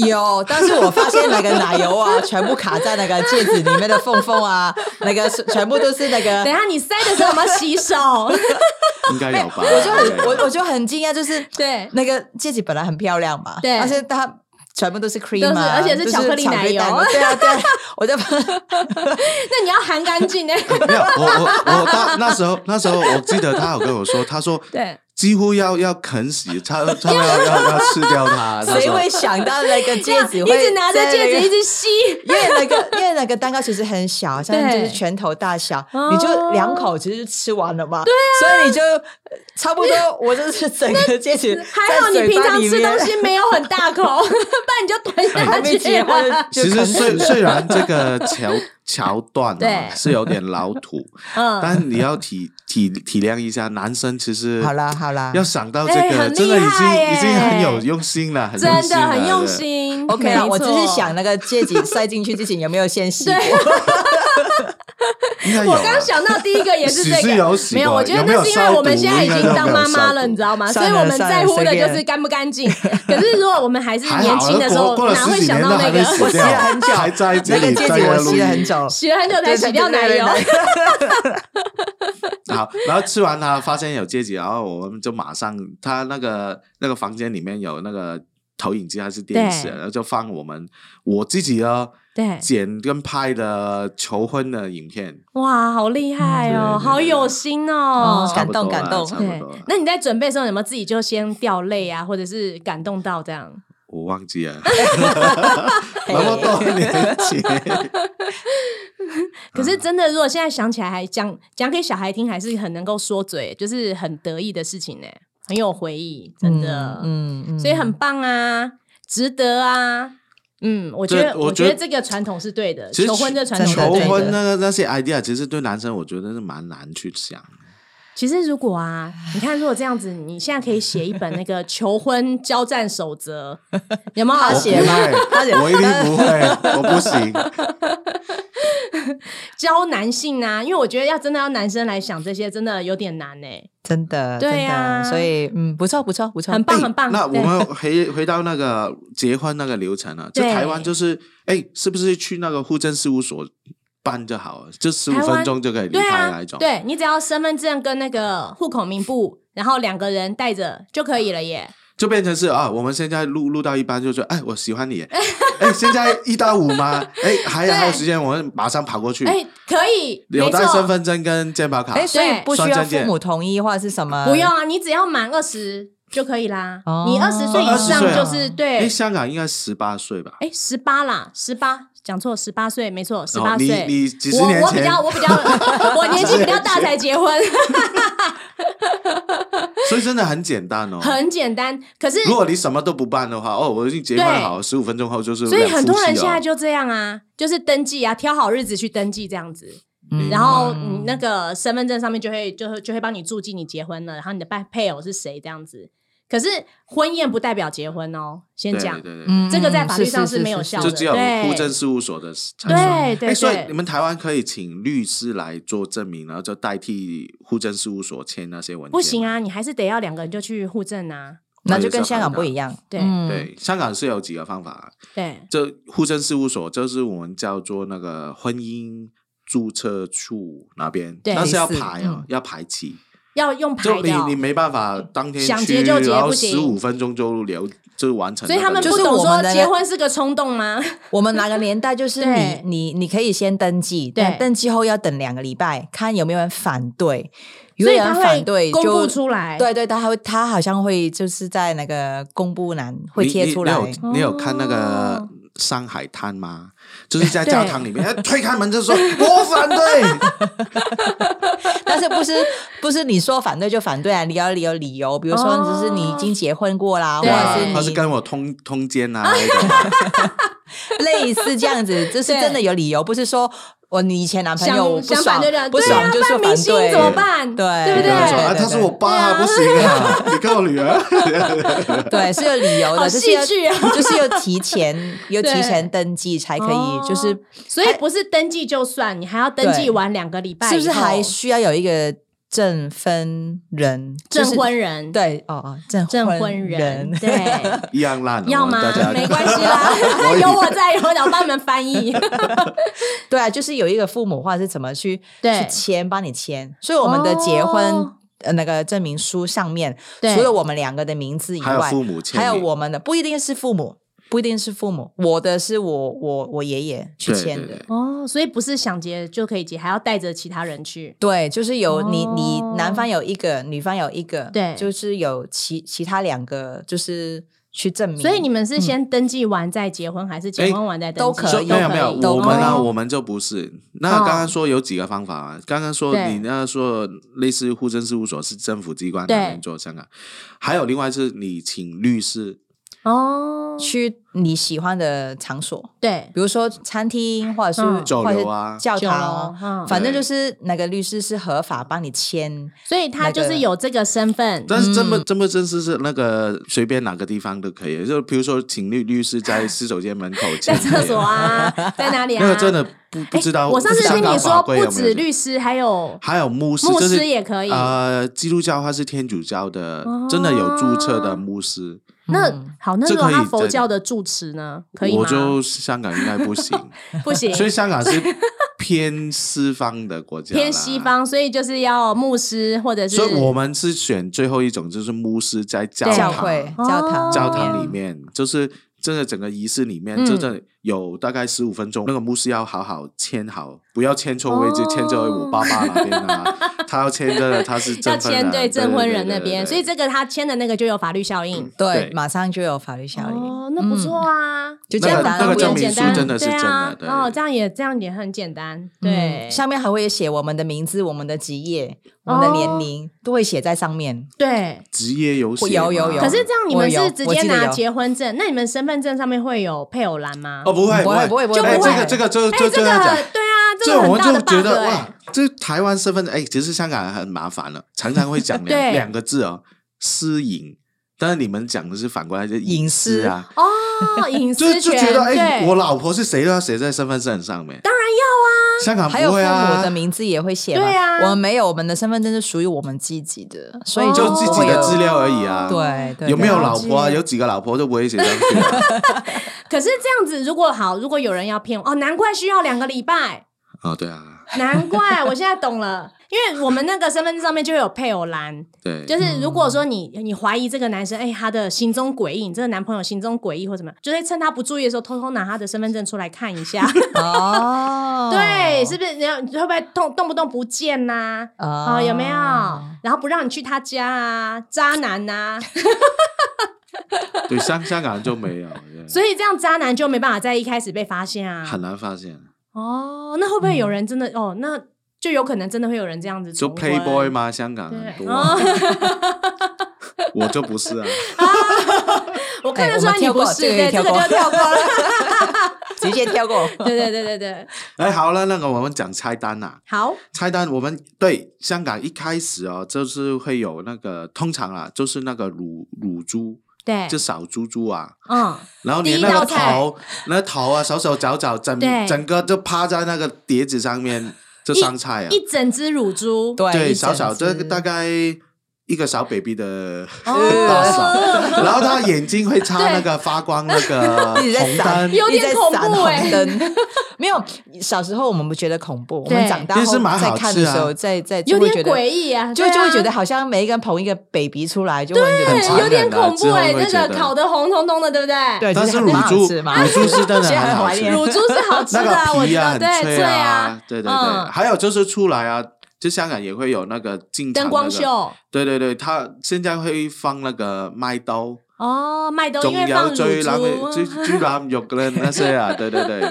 [SPEAKER 2] 有，但是我发现那个奶油啊，全部卡在那个戒指里面的缝缝啊，那个是全部都是那
[SPEAKER 3] 等
[SPEAKER 2] 个。
[SPEAKER 3] 一下你塞的时候有没有洗 [LAUGHS] 手？
[SPEAKER 1] 应该有吧？
[SPEAKER 2] 我就很
[SPEAKER 1] 对
[SPEAKER 2] 我我就很惊讶，就是
[SPEAKER 3] 对
[SPEAKER 2] 那个戒指本来很漂亮嘛，
[SPEAKER 3] 对
[SPEAKER 2] 但是它全部都是 cream，、
[SPEAKER 3] 都是
[SPEAKER 2] 啊、
[SPEAKER 3] 而且是
[SPEAKER 2] 都
[SPEAKER 3] 巧克力奶油
[SPEAKER 2] 蛋糕对啊，对啊，我
[SPEAKER 3] [LAUGHS]
[SPEAKER 2] 就
[SPEAKER 3] 那你要含干净欸呢？
[SPEAKER 1] 没有，我我我那那时候那时候我记得他有跟我说，他说
[SPEAKER 3] [LAUGHS] 对，
[SPEAKER 1] 几乎要要啃死，他他们要要要吃掉它。他
[SPEAKER 2] 谁
[SPEAKER 1] 说
[SPEAKER 2] 会想到那个戒指
[SPEAKER 3] [LAUGHS] 啊一
[SPEAKER 2] 会
[SPEAKER 3] 直拿着
[SPEAKER 2] 在那
[SPEAKER 3] 戒
[SPEAKER 2] 个
[SPEAKER 3] 指一直吸，
[SPEAKER 2] 因为那个，因为那个蛋糕其实很小，好像就是拳头大小，
[SPEAKER 3] 哦
[SPEAKER 2] 你就两口其实就吃完了嘛。对啊，所以你就呃差
[SPEAKER 3] [LAUGHS]
[SPEAKER 2] 不多，我就是整个戒指
[SPEAKER 3] 还好
[SPEAKER 2] 在
[SPEAKER 3] 你
[SPEAKER 2] 嘴
[SPEAKER 3] 平
[SPEAKER 2] 巴
[SPEAKER 3] 常
[SPEAKER 2] 里
[SPEAKER 3] 吃
[SPEAKER 2] 面
[SPEAKER 3] 东西没有很大口，不 [LAUGHS] 然你就吞
[SPEAKER 2] [LAUGHS] 还
[SPEAKER 3] 下
[SPEAKER 2] 没
[SPEAKER 3] 去
[SPEAKER 2] 结婚
[SPEAKER 3] 了。
[SPEAKER 2] 就
[SPEAKER 1] 其
[SPEAKER 2] 啃
[SPEAKER 1] 实虽
[SPEAKER 2] 死了
[SPEAKER 1] 虽然这个桥 [LAUGHS] 桥段啊
[SPEAKER 3] 对
[SPEAKER 1] 是有点老土，
[SPEAKER 3] [LAUGHS] 嗯，
[SPEAKER 1] 但你要体体体谅一下，男生其实
[SPEAKER 2] 好啦好啦
[SPEAKER 1] 要想到这
[SPEAKER 3] 哎
[SPEAKER 1] 个
[SPEAKER 3] 很
[SPEAKER 1] 真的已
[SPEAKER 3] 厉
[SPEAKER 1] 经
[SPEAKER 3] 害
[SPEAKER 1] 已经很
[SPEAKER 3] 耶
[SPEAKER 1] 有用心了，很用
[SPEAKER 3] 真
[SPEAKER 1] 心
[SPEAKER 3] 的
[SPEAKER 1] 了
[SPEAKER 3] 很用
[SPEAKER 1] 对
[SPEAKER 3] 心。
[SPEAKER 2] 啊，OK 啦，
[SPEAKER 3] 没
[SPEAKER 2] 我只是
[SPEAKER 3] 错
[SPEAKER 2] 想。那个戒指塞进去之前有没有先洗过？
[SPEAKER 1] 应该有
[SPEAKER 3] 我
[SPEAKER 1] 啊
[SPEAKER 3] 刚想到第一个也是这
[SPEAKER 1] 洗是
[SPEAKER 3] 个，
[SPEAKER 1] 有洗
[SPEAKER 3] 没有，
[SPEAKER 1] 过
[SPEAKER 3] 我觉得
[SPEAKER 1] 有没有
[SPEAKER 3] 那是因为我
[SPEAKER 1] 消
[SPEAKER 3] 们
[SPEAKER 1] 毒
[SPEAKER 3] 现在已
[SPEAKER 1] 应该
[SPEAKER 3] 经
[SPEAKER 1] 都
[SPEAKER 3] 当
[SPEAKER 1] 没有
[SPEAKER 3] 妈
[SPEAKER 1] 消
[SPEAKER 3] 妈了，
[SPEAKER 1] 毒
[SPEAKER 3] 你知道吗？所
[SPEAKER 2] 算
[SPEAKER 3] 以
[SPEAKER 2] 了
[SPEAKER 3] 我们在乎
[SPEAKER 2] 算了
[SPEAKER 3] 的
[SPEAKER 2] 随便
[SPEAKER 3] 就是干不干净。可是如果我们还是年轻的
[SPEAKER 1] [LAUGHS]
[SPEAKER 3] 时
[SPEAKER 1] 还好
[SPEAKER 3] 候
[SPEAKER 1] 啊过，过了
[SPEAKER 3] 哪
[SPEAKER 1] 十
[SPEAKER 3] 会
[SPEAKER 1] 几
[SPEAKER 3] 想
[SPEAKER 1] 年
[SPEAKER 3] 到
[SPEAKER 1] 了
[SPEAKER 3] 那
[SPEAKER 1] 还没
[SPEAKER 3] 个？ [LAUGHS]
[SPEAKER 1] 洗
[SPEAKER 2] 我洗
[SPEAKER 1] 掉，
[SPEAKER 2] 了很久
[SPEAKER 1] 还在这
[SPEAKER 2] [LAUGHS] 那个
[SPEAKER 1] 里
[SPEAKER 2] 戒
[SPEAKER 1] 在
[SPEAKER 2] 指
[SPEAKER 1] 这
[SPEAKER 2] 我
[SPEAKER 1] 录
[SPEAKER 2] 洗了
[SPEAKER 1] 音
[SPEAKER 2] 很久。
[SPEAKER 3] 洗了很久才洗掉奶油，
[SPEAKER 1] 好，然后吃完它发现有戒指，然后我们就马上，他那个那个房间里面有那个投影机还是电视，
[SPEAKER 3] 对
[SPEAKER 1] 然后就放我们我自己哦
[SPEAKER 3] 对，
[SPEAKER 1] 剪跟拍的求婚的影片，
[SPEAKER 3] 哇，好厉害
[SPEAKER 1] 嗯对对
[SPEAKER 3] 哦，
[SPEAKER 1] 对
[SPEAKER 3] 好有心哦
[SPEAKER 2] 哦，
[SPEAKER 1] 差不多啦
[SPEAKER 2] 感动感动
[SPEAKER 1] 差不
[SPEAKER 3] 对
[SPEAKER 1] 多啦，。
[SPEAKER 3] 那你在准备的时候有没有自己就先掉泪啊，或者是感动到这样？
[SPEAKER 1] 我忘记
[SPEAKER 3] [LAUGHS]
[SPEAKER 1] 了，那么多年
[SPEAKER 3] [LAUGHS]
[SPEAKER 1] 前，
[SPEAKER 3] 可是真的，如果现在想起来还讲讲给小孩听，还是很能够说嘴，就是很得意的事情呢、很有回忆， [LAUGHS] 真的，
[SPEAKER 2] 嗯嗯
[SPEAKER 3] 所以很棒啊，值得啊。嗯，我觉
[SPEAKER 1] 这
[SPEAKER 3] 得，
[SPEAKER 1] 我
[SPEAKER 3] 我
[SPEAKER 1] 觉
[SPEAKER 3] 觉
[SPEAKER 1] 得
[SPEAKER 3] 得这个传统是对的，
[SPEAKER 1] 其实
[SPEAKER 3] 求婚这传统是
[SPEAKER 1] 求
[SPEAKER 3] 对的
[SPEAKER 1] 婚那个那些 idea，其实对男生我觉得是蛮难去想的。
[SPEAKER 3] 其实如果啊，你看，如果这样子，你现在可以写一本
[SPEAKER 1] [LAUGHS]
[SPEAKER 3] 那个求婚交战守则，有没有？
[SPEAKER 2] 他
[SPEAKER 1] 我
[SPEAKER 2] 写
[SPEAKER 1] 不
[SPEAKER 2] 吗
[SPEAKER 1] 会
[SPEAKER 3] [LAUGHS]
[SPEAKER 2] 他写
[SPEAKER 1] 我一定不会，我不行。
[SPEAKER 3] 教男性啊，因为我觉得要真的要男生来想这些，真的有点难呢、
[SPEAKER 2] 真的
[SPEAKER 3] 对
[SPEAKER 2] 真的，
[SPEAKER 3] 啊
[SPEAKER 2] 所以嗯，不错不错不错，
[SPEAKER 3] 很棒很棒。
[SPEAKER 1] 那我
[SPEAKER 3] 啊对
[SPEAKER 1] 们回 [LAUGHS] 回到那个结婚那个流程啊，就
[SPEAKER 3] 对
[SPEAKER 1] 台湾就是，哎，是不是去那个户政事务所办就好了？就十五
[SPEAKER 3] 台湾
[SPEAKER 1] 分钟就可以离
[SPEAKER 3] 对
[SPEAKER 1] 开
[SPEAKER 3] 啊
[SPEAKER 1] 那一，种。
[SPEAKER 3] 对你只要身份证跟那个户口名簿，然后两个人带着就可以了耶。
[SPEAKER 1] 就变成是啊，我们现在录录到一半就说，哎，我喜欢
[SPEAKER 3] [LAUGHS]
[SPEAKER 1] 你，哎，现在一到五吗？哎，还
[SPEAKER 3] 对
[SPEAKER 1] 还有时间，我们马上跑过去。
[SPEAKER 3] 哎，可以，
[SPEAKER 1] 嗯有
[SPEAKER 3] 没
[SPEAKER 1] 带身
[SPEAKER 3] 错，
[SPEAKER 1] 份证跟健保卡，
[SPEAKER 2] 哎，所以不需
[SPEAKER 1] 双
[SPEAKER 2] 要
[SPEAKER 1] 证
[SPEAKER 2] 父
[SPEAKER 1] 件
[SPEAKER 2] 母同意或者是什么，
[SPEAKER 3] 不用啊，你只要满二十就可以啦
[SPEAKER 2] 哦。
[SPEAKER 3] 你二十岁以上
[SPEAKER 1] 20
[SPEAKER 3] 就是
[SPEAKER 1] 哎，
[SPEAKER 3] 对，
[SPEAKER 1] 香港应该十八岁吧？
[SPEAKER 3] 哎，十八啦，十八。讲错，十八岁，没错，十
[SPEAKER 1] 哦
[SPEAKER 3] 八
[SPEAKER 1] 你
[SPEAKER 3] 岁。
[SPEAKER 1] 你几十
[SPEAKER 3] 我
[SPEAKER 1] 年
[SPEAKER 3] 我
[SPEAKER 1] 前
[SPEAKER 3] 比较我比较我年纪比较大才结婚，
[SPEAKER 1] 所以真的很简单哦。
[SPEAKER 3] 很简单。可是
[SPEAKER 1] 如果你什么都不办的话，哦，我已经结婚好，十五分钟后就是
[SPEAKER 3] 所以
[SPEAKER 1] 两夫
[SPEAKER 3] 很多人
[SPEAKER 1] 妻哦
[SPEAKER 3] 现在就这样啊，就是登记啊，挑好日子去登记这样子，
[SPEAKER 2] 嗯
[SPEAKER 3] 然后你那个身份证上面就会就会就会帮你注记你结婚了，然后你的伴配偶是谁这样子。可是婚宴不代表结婚哦，先
[SPEAKER 1] 对
[SPEAKER 3] 讲
[SPEAKER 1] 对对对，
[SPEAKER 2] 嗯
[SPEAKER 3] 这个在法律上
[SPEAKER 2] 是
[SPEAKER 3] 是没有效
[SPEAKER 1] 就
[SPEAKER 3] 的，
[SPEAKER 1] 只有
[SPEAKER 3] 对
[SPEAKER 1] 户政事务所的才算
[SPEAKER 3] 对对
[SPEAKER 1] 哎，所以你
[SPEAKER 3] 对，
[SPEAKER 1] 们台湾可以请律师来做证明，然后就代替户政事务所签那些文件。
[SPEAKER 3] 不行！啊，你还是得要两个人就去户政啊，
[SPEAKER 2] 那就跟香港不一样，
[SPEAKER 3] 对
[SPEAKER 2] 嗯，
[SPEAKER 1] 对，香港是有几个方法，
[SPEAKER 3] 对
[SPEAKER 1] 就户政事务所，就是我们叫做那个婚姻注册处那边，
[SPEAKER 3] 对
[SPEAKER 1] 那是要
[SPEAKER 2] 类似
[SPEAKER 1] 排啊
[SPEAKER 2] 嗯，
[SPEAKER 1] 要排期。
[SPEAKER 3] 要用
[SPEAKER 1] 就
[SPEAKER 3] 牌
[SPEAKER 1] 你
[SPEAKER 3] 的哦
[SPEAKER 1] 你。没办法当天
[SPEAKER 3] 嗯想
[SPEAKER 1] 去，
[SPEAKER 3] 结就结
[SPEAKER 1] 然后
[SPEAKER 3] 不
[SPEAKER 1] 十
[SPEAKER 3] 行
[SPEAKER 1] 五分钟就留就完成
[SPEAKER 3] 所
[SPEAKER 1] 那
[SPEAKER 3] 以
[SPEAKER 1] 个流程。
[SPEAKER 2] 就
[SPEAKER 3] 他们不
[SPEAKER 2] 是
[SPEAKER 3] 懂
[SPEAKER 2] 我们
[SPEAKER 3] 说
[SPEAKER 2] 的
[SPEAKER 3] 结婚是个冲动吗？
[SPEAKER 2] 我们哪个年代就是你
[SPEAKER 3] 对
[SPEAKER 2] 你你可以先登记，
[SPEAKER 3] 对
[SPEAKER 2] 但登记后要等两个礼拜，看有没有人反对。如
[SPEAKER 3] 所
[SPEAKER 2] 果
[SPEAKER 3] 以
[SPEAKER 2] 有
[SPEAKER 3] 他
[SPEAKER 2] 人反对，
[SPEAKER 3] 会公布
[SPEAKER 2] 就
[SPEAKER 3] 出来。
[SPEAKER 2] 对对，他会他好像会就是在那个公布栏会
[SPEAKER 1] 你
[SPEAKER 2] 贴
[SPEAKER 1] 你
[SPEAKER 2] 出来。
[SPEAKER 1] 你有你有看那个《
[SPEAKER 3] 哦
[SPEAKER 1] 上海滩》吗？就是在教
[SPEAKER 3] 对
[SPEAKER 1] 堂里面，哎推开门就说我反对，
[SPEAKER 2] [LAUGHS] 但是不是不是你说反对就反对啊？你要有理由，比如说
[SPEAKER 3] 哦
[SPEAKER 2] 只是你已经结婚过啦，或
[SPEAKER 3] 对
[SPEAKER 2] 者
[SPEAKER 1] 啊哇，他
[SPEAKER 2] 啊是
[SPEAKER 1] 是
[SPEAKER 2] 你
[SPEAKER 1] 跟我通通奸啊，那种啊
[SPEAKER 3] 啊
[SPEAKER 2] 类似这样子，就是
[SPEAKER 3] 对
[SPEAKER 2] 真的有理由，不是说我你以前男朋
[SPEAKER 3] 想
[SPEAKER 2] 友我不
[SPEAKER 3] 想
[SPEAKER 2] 爽
[SPEAKER 3] 反对的，
[SPEAKER 2] 不
[SPEAKER 3] 对
[SPEAKER 2] 爽
[SPEAKER 3] 啊，
[SPEAKER 2] 就说
[SPEAKER 3] 办明
[SPEAKER 2] 反
[SPEAKER 3] 星
[SPEAKER 2] 对，
[SPEAKER 3] 怎么办？
[SPEAKER 2] 对
[SPEAKER 3] 对不
[SPEAKER 1] 跟
[SPEAKER 2] 对
[SPEAKER 1] 我说
[SPEAKER 2] 对
[SPEAKER 1] 啊，
[SPEAKER 2] 对
[SPEAKER 1] 他是我爸啊，不
[SPEAKER 3] 对
[SPEAKER 1] 行啊， [LAUGHS] 你跟我女儿，
[SPEAKER 2] 对，
[SPEAKER 3] [LAUGHS]
[SPEAKER 2] 是有理由的，
[SPEAKER 3] 好
[SPEAKER 2] 就是要
[SPEAKER 3] 戏剧啊
[SPEAKER 2] [LAUGHS] 就是要提前有提
[SPEAKER 3] 对
[SPEAKER 2] 前登记才可以，
[SPEAKER 3] 哦
[SPEAKER 2] 就是
[SPEAKER 3] 所以不是登记就算，你还要登记完两个礼拜以
[SPEAKER 2] 是
[SPEAKER 3] 后，
[SPEAKER 2] 不是还需要有一个证婚人
[SPEAKER 3] 证？
[SPEAKER 2] 就是
[SPEAKER 3] 婚人？，
[SPEAKER 2] 对哦哦，证
[SPEAKER 3] 证
[SPEAKER 2] 婚
[SPEAKER 3] 婚人，对，
[SPEAKER 2] [LAUGHS]
[SPEAKER 1] 一样烂哦，
[SPEAKER 3] 要吗
[SPEAKER 1] 大家？
[SPEAKER 3] 没关系啦
[SPEAKER 1] [LAUGHS] 我，以
[SPEAKER 3] [LAUGHS] 有我在，有我帮你们翻译。
[SPEAKER 2] 对啊，就是有一个父母或者是怎么去
[SPEAKER 3] 对
[SPEAKER 2] 去签，帮你签。所以我们的结婚、
[SPEAKER 3] 哦
[SPEAKER 2] 呃那个证明书上面，
[SPEAKER 3] 对
[SPEAKER 2] 除了我们两个的名字以
[SPEAKER 1] 还有
[SPEAKER 2] 外
[SPEAKER 1] 父，母签
[SPEAKER 2] 还有
[SPEAKER 1] 名
[SPEAKER 2] 我们的不一定是父母，不一定是父母，我的是我我我爷爷去
[SPEAKER 1] 对
[SPEAKER 2] 签的。
[SPEAKER 1] 对对
[SPEAKER 3] 哦，所以不是想结就可以结，还要带着其他人去。
[SPEAKER 2] 对，就是有你你
[SPEAKER 3] 哦
[SPEAKER 2] 男方有一个，女方有一个，
[SPEAKER 3] 对
[SPEAKER 2] 就是有其其他两个，就是去证明。嗯
[SPEAKER 3] 所以你们是先登记完再结婚，还是结婚完再登
[SPEAKER 2] 都
[SPEAKER 3] 记？
[SPEAKER 2] 可
[SPEAKER 1] 所
[SPEAKER 2] 以
[SPEAKER 1] 没有没有，
[SPEAKER 2] 都可以
[SPEAKER 1] 我们呢，
[SPEAKER 3] 哦
[SPEAKER 1] 我们就不是。那刚刚说有几个方法啊？刚刚说
[SPEAKER 3] 对
[SPEAKER 1] 你那个说类似户政事务所是政府机关
[SPEAKER 3] 对
[SPEAKER 1] 他们做香港，还有另外是你请律师，
[SPEAKER 3] 哦，
[SPEAKER 2] 去你喜欢的场所，
[SPEAKER 3] 对，
[SPEAKER 2] 比如说餐厅，或者是、
[SPEAKER 3] 嗯
[SPEAKER 1] 酒
[SPEAKER 2] 或者是
[SPEAKER 1] 楼啊
[SPEAKER 2] 教
[SPEAKER 3] 酒
[SPEAKER 2] 堂，
[SPEAKER 3] 楼嗯
[SPEAKER 2] 反正
[SPEAKER 1] 对
[SPEAKER 2] 就是那个律师是合法帮你签。
[SPEAKER 3] 所以他就是有这个身份。
[SPEAKER 1] 但是这
[SPEAKER 3] 嗯
[SPEAKER 1] 么这么正式是那个随便哪个地方都可以，就比如说请律律师在洗手间门口签
[SPEAKER 3] 在
[SPEAKER 1] 可以啊，
[SPEAKER 3] 厕所
[SPEAKER 2] [LAUGHS]
[SPEAKER 3] 啊，在哪里啊？
[SPEAKER 1] 那个真的不不知道。
[SPEAKER 3] 我上次
[SPEAKER 1] 香
[SPEAKER 3] 听
[SPEAKER 1] 港
[SPEAKER 3] 你
[SPEAKER 1] 法
[SPEAKER 3] 说，
[SPEAKER 1] 规有
[SPEAKER 3] 不
[SPEAKER 1] 没有
[SPEAKER 3] 止
[SPEAKER 1] 这个
[SPEAKER 3] 律师，还有
[SPEAKER 1] 还有牧师，
[SPEAKER 3] 牧
[SPEAKER 1] 就是
[SPEAKER 3] 师也可以。哦
[SPEAKER 1] 呃，基督教它是天主教的，真的有注册的牧师，
[SPEAKER 3] 那好，那如
[SPEAKER 1] 嗯这
[SPEAKER 3] 果
[SPEAKER 1] 可以
[SPEAKER 3] 他佛
[SPEAKER 1] 在
[SPEAKER 3] 教的住持呢？可以吗
[SPEAKER 1] 我？就香港应该不
[SPEAKER 3] [LAUGHS]
[SPEAKER 1] 行，
[SPEAKER 3] 不行，
[SPEAKER 1] 所以香港是偏西方的国家，
[SPEAKER 3] 偏西。方，所以就是要牧师或者是。
[SPEAKER 1] 所以我们是选最后一种，就是牧师在教
[SPEAKER 3] 对
[SPEAKER 2] 教
[SPEAKER 1] 堂
[SPEAKER 2] 会、
[SPEAKER 3] 哦
[SPEAKER 2] 教堂、
[SPEAKER 1] 教堂里面，就是这个整个仪式里面，
[SPEAKER 3] 嗯
[SPEAKER 1] 真的有大概十五分钟，那个牧师要好好签好，不要签错位置，
[SPEAKER 3] 哦
[SPEAKER 1] 签这位我爸爸那边啊， [LAUGHS] 他要签这个他是
[SPEAKER 3] 要
[SPEAKER 1] 证婚
[SPEAKER 3] 签
[SPEAKER 1] 人，
[SPEAKER 3] 对证婚人那
[SPEAKER 1] 对
[SPEAKER 3] 边，
[SPEAKER 1] 对
[SPEAKER 3] 所以这个他签的那个就有法律效应。
[SPEAKER 2] 对
[SPEAKER 1] 对，
[SPEAKER 2] 马上就有法律效应。
[SPEAKER 3] 哦，那不错
[SPEAKER 2] 嗯，
[SPEAKER 3] 啊，
[SPEAKER 2] 就
[SPEAKER 1] 那
[SPEAKER 2] 简
[SPEAKER 1] 个
[SPEAKER 2] 单
[SPEAKER 1] 那
[SPEAKER 2] 了
[SPEAKER 1] 个
[SPEAKER 2] 不
[SPEAKER 1] 证
[SPEAKER 2] 用
[SPEAKER 1] 明
[SPEAKER 3] 简
[SPEAKER 1] 书
[SPEAKER 3] 单，
[SPEAKER 1] 真的是
[SPEAKER 3] 对
[SPEAKER 1] 真
[SPEAKER 3] 啊
[SPEAKER 1] 的，
[SPEAKER 3] 哦，
[SPEAKER 1] 对嗯
[SPEAKER 3] 这样也这样也很简单，
[SPEAKER 2] 对
[SPEAKER 3] 对，，哦
[SPEAKER 2] 上面还会写我嗯们的名字、我们的职业、我们的年龄，都会写在上面。
[SPEAKER 3] 对。
[SPEAKER 1] 职业有写
[SPEAKER 2] 有有
[SPEAKER 1] 嘛
[SPEAKER 2] 有
[SPEAKER 3] 可是这样你们
[SPEAKER 2] 我
[SPEAKER 3] 是
[SPEAKER 2] 有
[SPEAKER 3] 直
[SPEAKER 2] 我
[SPEAKER 3] 接
[SPEAKER 2] 记得
[SPEAKER 3] 拿
[SPEAKER 2] 有
[SPEAKER 3] 结婚证，那你们身份证上面会有配偶栏吗？
[SPEAKER 1] 哦，不会
[SPEAKER 2] 不会不会不会
[SPEAKER 1] 哎
[SPEAKER 2] 就不
[SPEAKER 1] 这
[SPEAKER 2] 会
[SPEAKER 1] 个这个就就
[SPEAKER 3] 哎，这
[SPEAKER 1] 这
[SPEAKER 3] 个
[SPEAKER 1] 样讲。
[SPEAKER 3] 对啊，
[SPEAKER 1] 这
[SPEAKER 3] 个
[SPEAKER 1] 我
[SPEAKER 3] 很大
[SPEAKER 1] 就
[SPEAKER 3] 的
[SPEAKER 1] 觉
[SPEAKER 3] bug
[SPEAKER 1] 得
[SPEAKER 3] 哎
[SPEAKER 1] 哇，这台湾身份证哎，其实香港很麻烦了，常常会讲
[SPEAKER 3] [LAUGHS] 对
[SPEAKER 1] 两两个字哦，私隐。但是你们讲的是反过来，就隐私啊， [LAUGHS]
[SPEAKER 3] 哦，隐
[SPEAKER 1] 就
[SPEAKER 3] 私
[SPEAKER 1] 就
[SPEAKER 3] 权
[SPEAKER 1] 觉得哎，
[SPEAKER 3] 对
[SPEAKER 1] 我老婆是谁都要写在身份证上面。当然要啊，香港
[SPEAKER 2] 还有
[SPEAKER 1] 不
[SPEAKER 2] 父
[SPEAKER 1] 会啊，
[SPEAKER 2] 母的名字也会写嘛？
[SPEAKER 3] 对啊哦
[SPEAKER 2] 我们没有，我们的身份证是属于我们自己的，所以
[SPEAKER 1] 就自己的
[SPEAKER 2] 不会有
[SPEAKER 1] 资料而已啊
[SPEAKER 2] 对哦对，
[SPEAKER 1] 有没有
[SPEAKER 2] 对
[SPEAKER 1] 老婆啊？有几个老婆都不会写上去啊。
[SPEAKER 3] 可是这样子，如果好，如果有人要骗我，哦，难怪需要两个礼拜，
[SPEAKER 1] 哦，对啊，
[SPEAKER 3] 难怪我现在懂了，因为我们那个身份证上面就会有配偶栏，
[SPEAKER 1] 对，
[SPEAKER 3] 就是如
[SPEAKER 2] 嗯
[SPEAKER 3] 果说你你怀疑这个男生，哎、他的行踪诡异，你这个男朋友行踪诡异或什么，就会趁他不注意的时候，偷偷拿他的身份证出来看
[SPEAKER 2] [LAUGHS]
[SPEAKER 3] 一下，？
[SPEAKER 2] 哦
[SPEAKER 3] 对，是不是？你要会不会动动不动不见呐、
[SPEAKER 2] 哦
[SPEAKER 3] 哦，有没有？然后不让你去他家啊，渣
[SPEAKER 2] [LAUGHS]
[SPEAKER 3] 男呐、
[SPEAKER 1] 对香香港就没有，对
[SPEAKER 3] 所以这样渣男就没办法在一开始被发现啊。
[SPEAKER 1] 很难发现。
[SPEAKER 3] 哦，那会不会
[SPEAKER 2] 嗯
[SPEAKER 3] 有人真的、哦？那就有可能真的会有人这样子
[SPEAKER 1] 就
[SPEAKER 3] 重婚
[SPEAKER 1] Playboy 嘛，香港很
[SPEAKER 3] 对
[SPEAKER 1] 多啊、
[SPEAKER 3] 哦，
[SPEAKER 1] [LAUGHS] 我就不是啊。
[SPEAKER 3] 我看
[SPEAKER 2] 哎
[SPEAKER 3] 得
[SPEAKER 2] 我
[SPEAKER 3] 出
[SPEAKER 2] 们
[SPEAKER 3] 来你
[SPEAKER 2] 跳
[SPEAKER 3] 不
[SPEAKER 2] 过
[SPEAKER 3] 是，
[SPEAKER 2] 这个
[SPEAKER 3] 对，
[SPEAKER 2] 也
[SPEAKER 3] 这
[SPEAKER 2] 跳
[SPEAKER 3] 个
[SPEAKER 2] 过
[SPEAKER 3] 就跳过了。
[SPEAKER 2] [LAUGHS] 直接跳过。
[SPEAKER 3] 对对对对对，
[SPEAKER 1] 哎，好了，那个我们讲菜单啊，
[SPEAKER 3] 好，
[SPEAKER 1] 菜单我们对香港一开始哦，就是会有那个通常啊，就是那个乳乳猪，
[SPEAKER 2] [LAUGHS]
[SPEAKER 3] 对，
[SPEAKER 1] 就小猪猪啊，
[SPEAKER 3] 嗯，
[SPEAKER 1] 然后你
[SPEAKER 3] 第一
[SPEAKER 1] 那
[SPEAKER 3] 道
[SPEAKER 1] 个
[SPEAKER 3] 菜
[SPEAKER 1] 头，那头啊，手手脚脚整
[SPEAKER 3] 对
[SPEAKER 1] 整个就趴在那个碟子上面就上菜啊，
[SPEAKER 3] 一整只乳猪，
[SPEAKER 2] 对啊
[SPEAKER 1] 对，
[SPEAKER 2] 一
[SPEAKER 1] 小
[SPEAKER 2] 整
[SPEAKER 1] 小这个
[SPEAKER 2] 只
[SPEAKER 1] 大概。一个小 baby 的
[SPEAKER 3] 哦
[SPEAKER 1] 大
[SPEAKER 3] [LAUGHS]
[SPEAKER 1] 小，然后他眼睛会擦那个发光那
[SPEAKER 3] [LAUGHS]
[SPEAKER 1] 个
[SPEAKER 2] 一直在
[SPEAKER 1] 红
[SPEAKER 2] 闪，
[SPEAKER 1] 灯，
[SPEAKER 3] 有点
[SPEAKER 2] 一直在
[SPEAKER 3] 恐
[SPEAKER 2] 闪
[SPEAKER 3] 怖欸
[SPEAKER 2] 红灯。 [LAUGHS] 没有，小时候我们不觉得恐怖，我
[SPEAKER 3] 对
[SPEAKER 2] 们长大
[SPEAKER 1] 其实
[SPEAKER 2] 后
[SPEAKER 1] 蛮
[SPEAKER 2] 再
[SPEAKER 1] 好
[SPEAKER 2] 看
[SPEAKER 1] 吃
[SPEAKER 2] 的
[SPEAKER 1] 啊
[SPEAKER 2] 时候，再再就
[SPEAKER 3] 有
[SPEAKER 2] 会
[SPEAKER 3] 点
[SPEAKER 2] 觉
[SPEAKER 3] 诡
[SPEAKER 2] 得，
[SPEAKER 3] 异啊，
[SPEAKER 2] 就
[SPEAKER 3] 对啊
[SPEAKER 2] 就会觉得。好像每一个人捧一个 baby 出来，就会觉
[SPEAKER 1] 很
[SPEAKER 2] 得
[SPEAKER 1] 残
[SPEAKER 3] 对，有点
[SPEAKER 1] 忍啊
[SPEAKER 3] 恐
[SPEAKER 1] 之
[SPEAKER 3] 怖
[SPEAKER 1] 后
[SPEAKER 3] 哎、
[SPEAKER 1] 会觉
[SPEAKER 3] 那
[SPEAKER 1] 得
[SPEAKER 3] 个烤的红彤彤的，对不对？
[SPEAKER 2] 对，
[SPEAKER 1] 但
[SPEAKER 2] 就是是
[SPEAKER 1] 乳
[SPEAKER 2] 很好
[SPEAKER 1] 猪
[SPEAKER 2] 吃嘛。
[SPEAKER 1] 乳猪
[SPEAKER 2] [LAUGHS]
[SPEAKER 1] 是真的
[SPEAKER 2] 现在
[SPEAKER 1] 很
[SPEAKER 2] 很
[SPEAKER 1] 好
[SPEAKER 2] 怀
[SPEAKER 1] 吃
[SPEAKER 2] 念，
[SPEAKER 3] 乳猪是好吃
[SPEAKER 1] 那
[SPEAKER 3] 的、啊， [LAUGHS]
[SPEAKER 1] 个
[SPEAKER 3] 我
[SPEAKER 1] 皮
[SPEAKER 3] 知
[SPEAKER 1] 啊
[SPEAKER 3] 道，
[SPEAKER 1] 很
[SPEAKER 3] 对，脆
[SPEAKER 1] 啊，对对对，
[SPEAKER 3] 嗯
[SPEAKER 1] 还有就是出来啊，就香港也会有那个进场
[SPEAKER 3] 灯光
[SPEAKER 1] 那个，
[SPEAKER 3] 秀
[SPEAKER 1] 对对对，他现在会放那个麦兜，
[SPEAKER 3] 哦，麦兜
[SPEAKER 1] 仲
[SPEAKER 3] 因为放啊
[SPEAKER 1] 有
[SPEAKER 3] 乳
[SPEAKER 1] 最腩
[SPEAKER 3] 猪
[SPEAKER 1] 肉、最猪腩肉嘅那些
[SPEAKER 3] [LAUGHS]
[SPEAKER 1] 啊，对对对，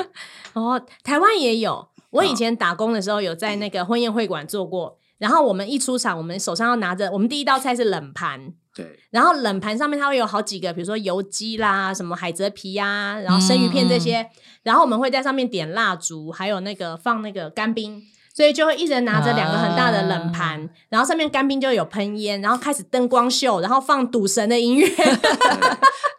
[SPEAKER 3] 哦，台湾也有。我
[SPEAKER 1] 嗯
[SPEAKER 3] 以前打工的时候有在那个婚宴会馆做过，然后我们一出场，我们手上要拿着，我们第一道菜是冷盘，
[SPEAKER 1] 对，
[SPEAKER 3] 然后冷盘上面它会有好几个，比如说油鸡啦、什么海蜇皮呀、然后生鱼片这些，然后我们会在上面点蜡烛，还有那个放那个干冰。所以就会一人拿着两个很大的冷盘，然后上面干冰就有喷烟，然后开始灯光秀，然后放赌神的音乐，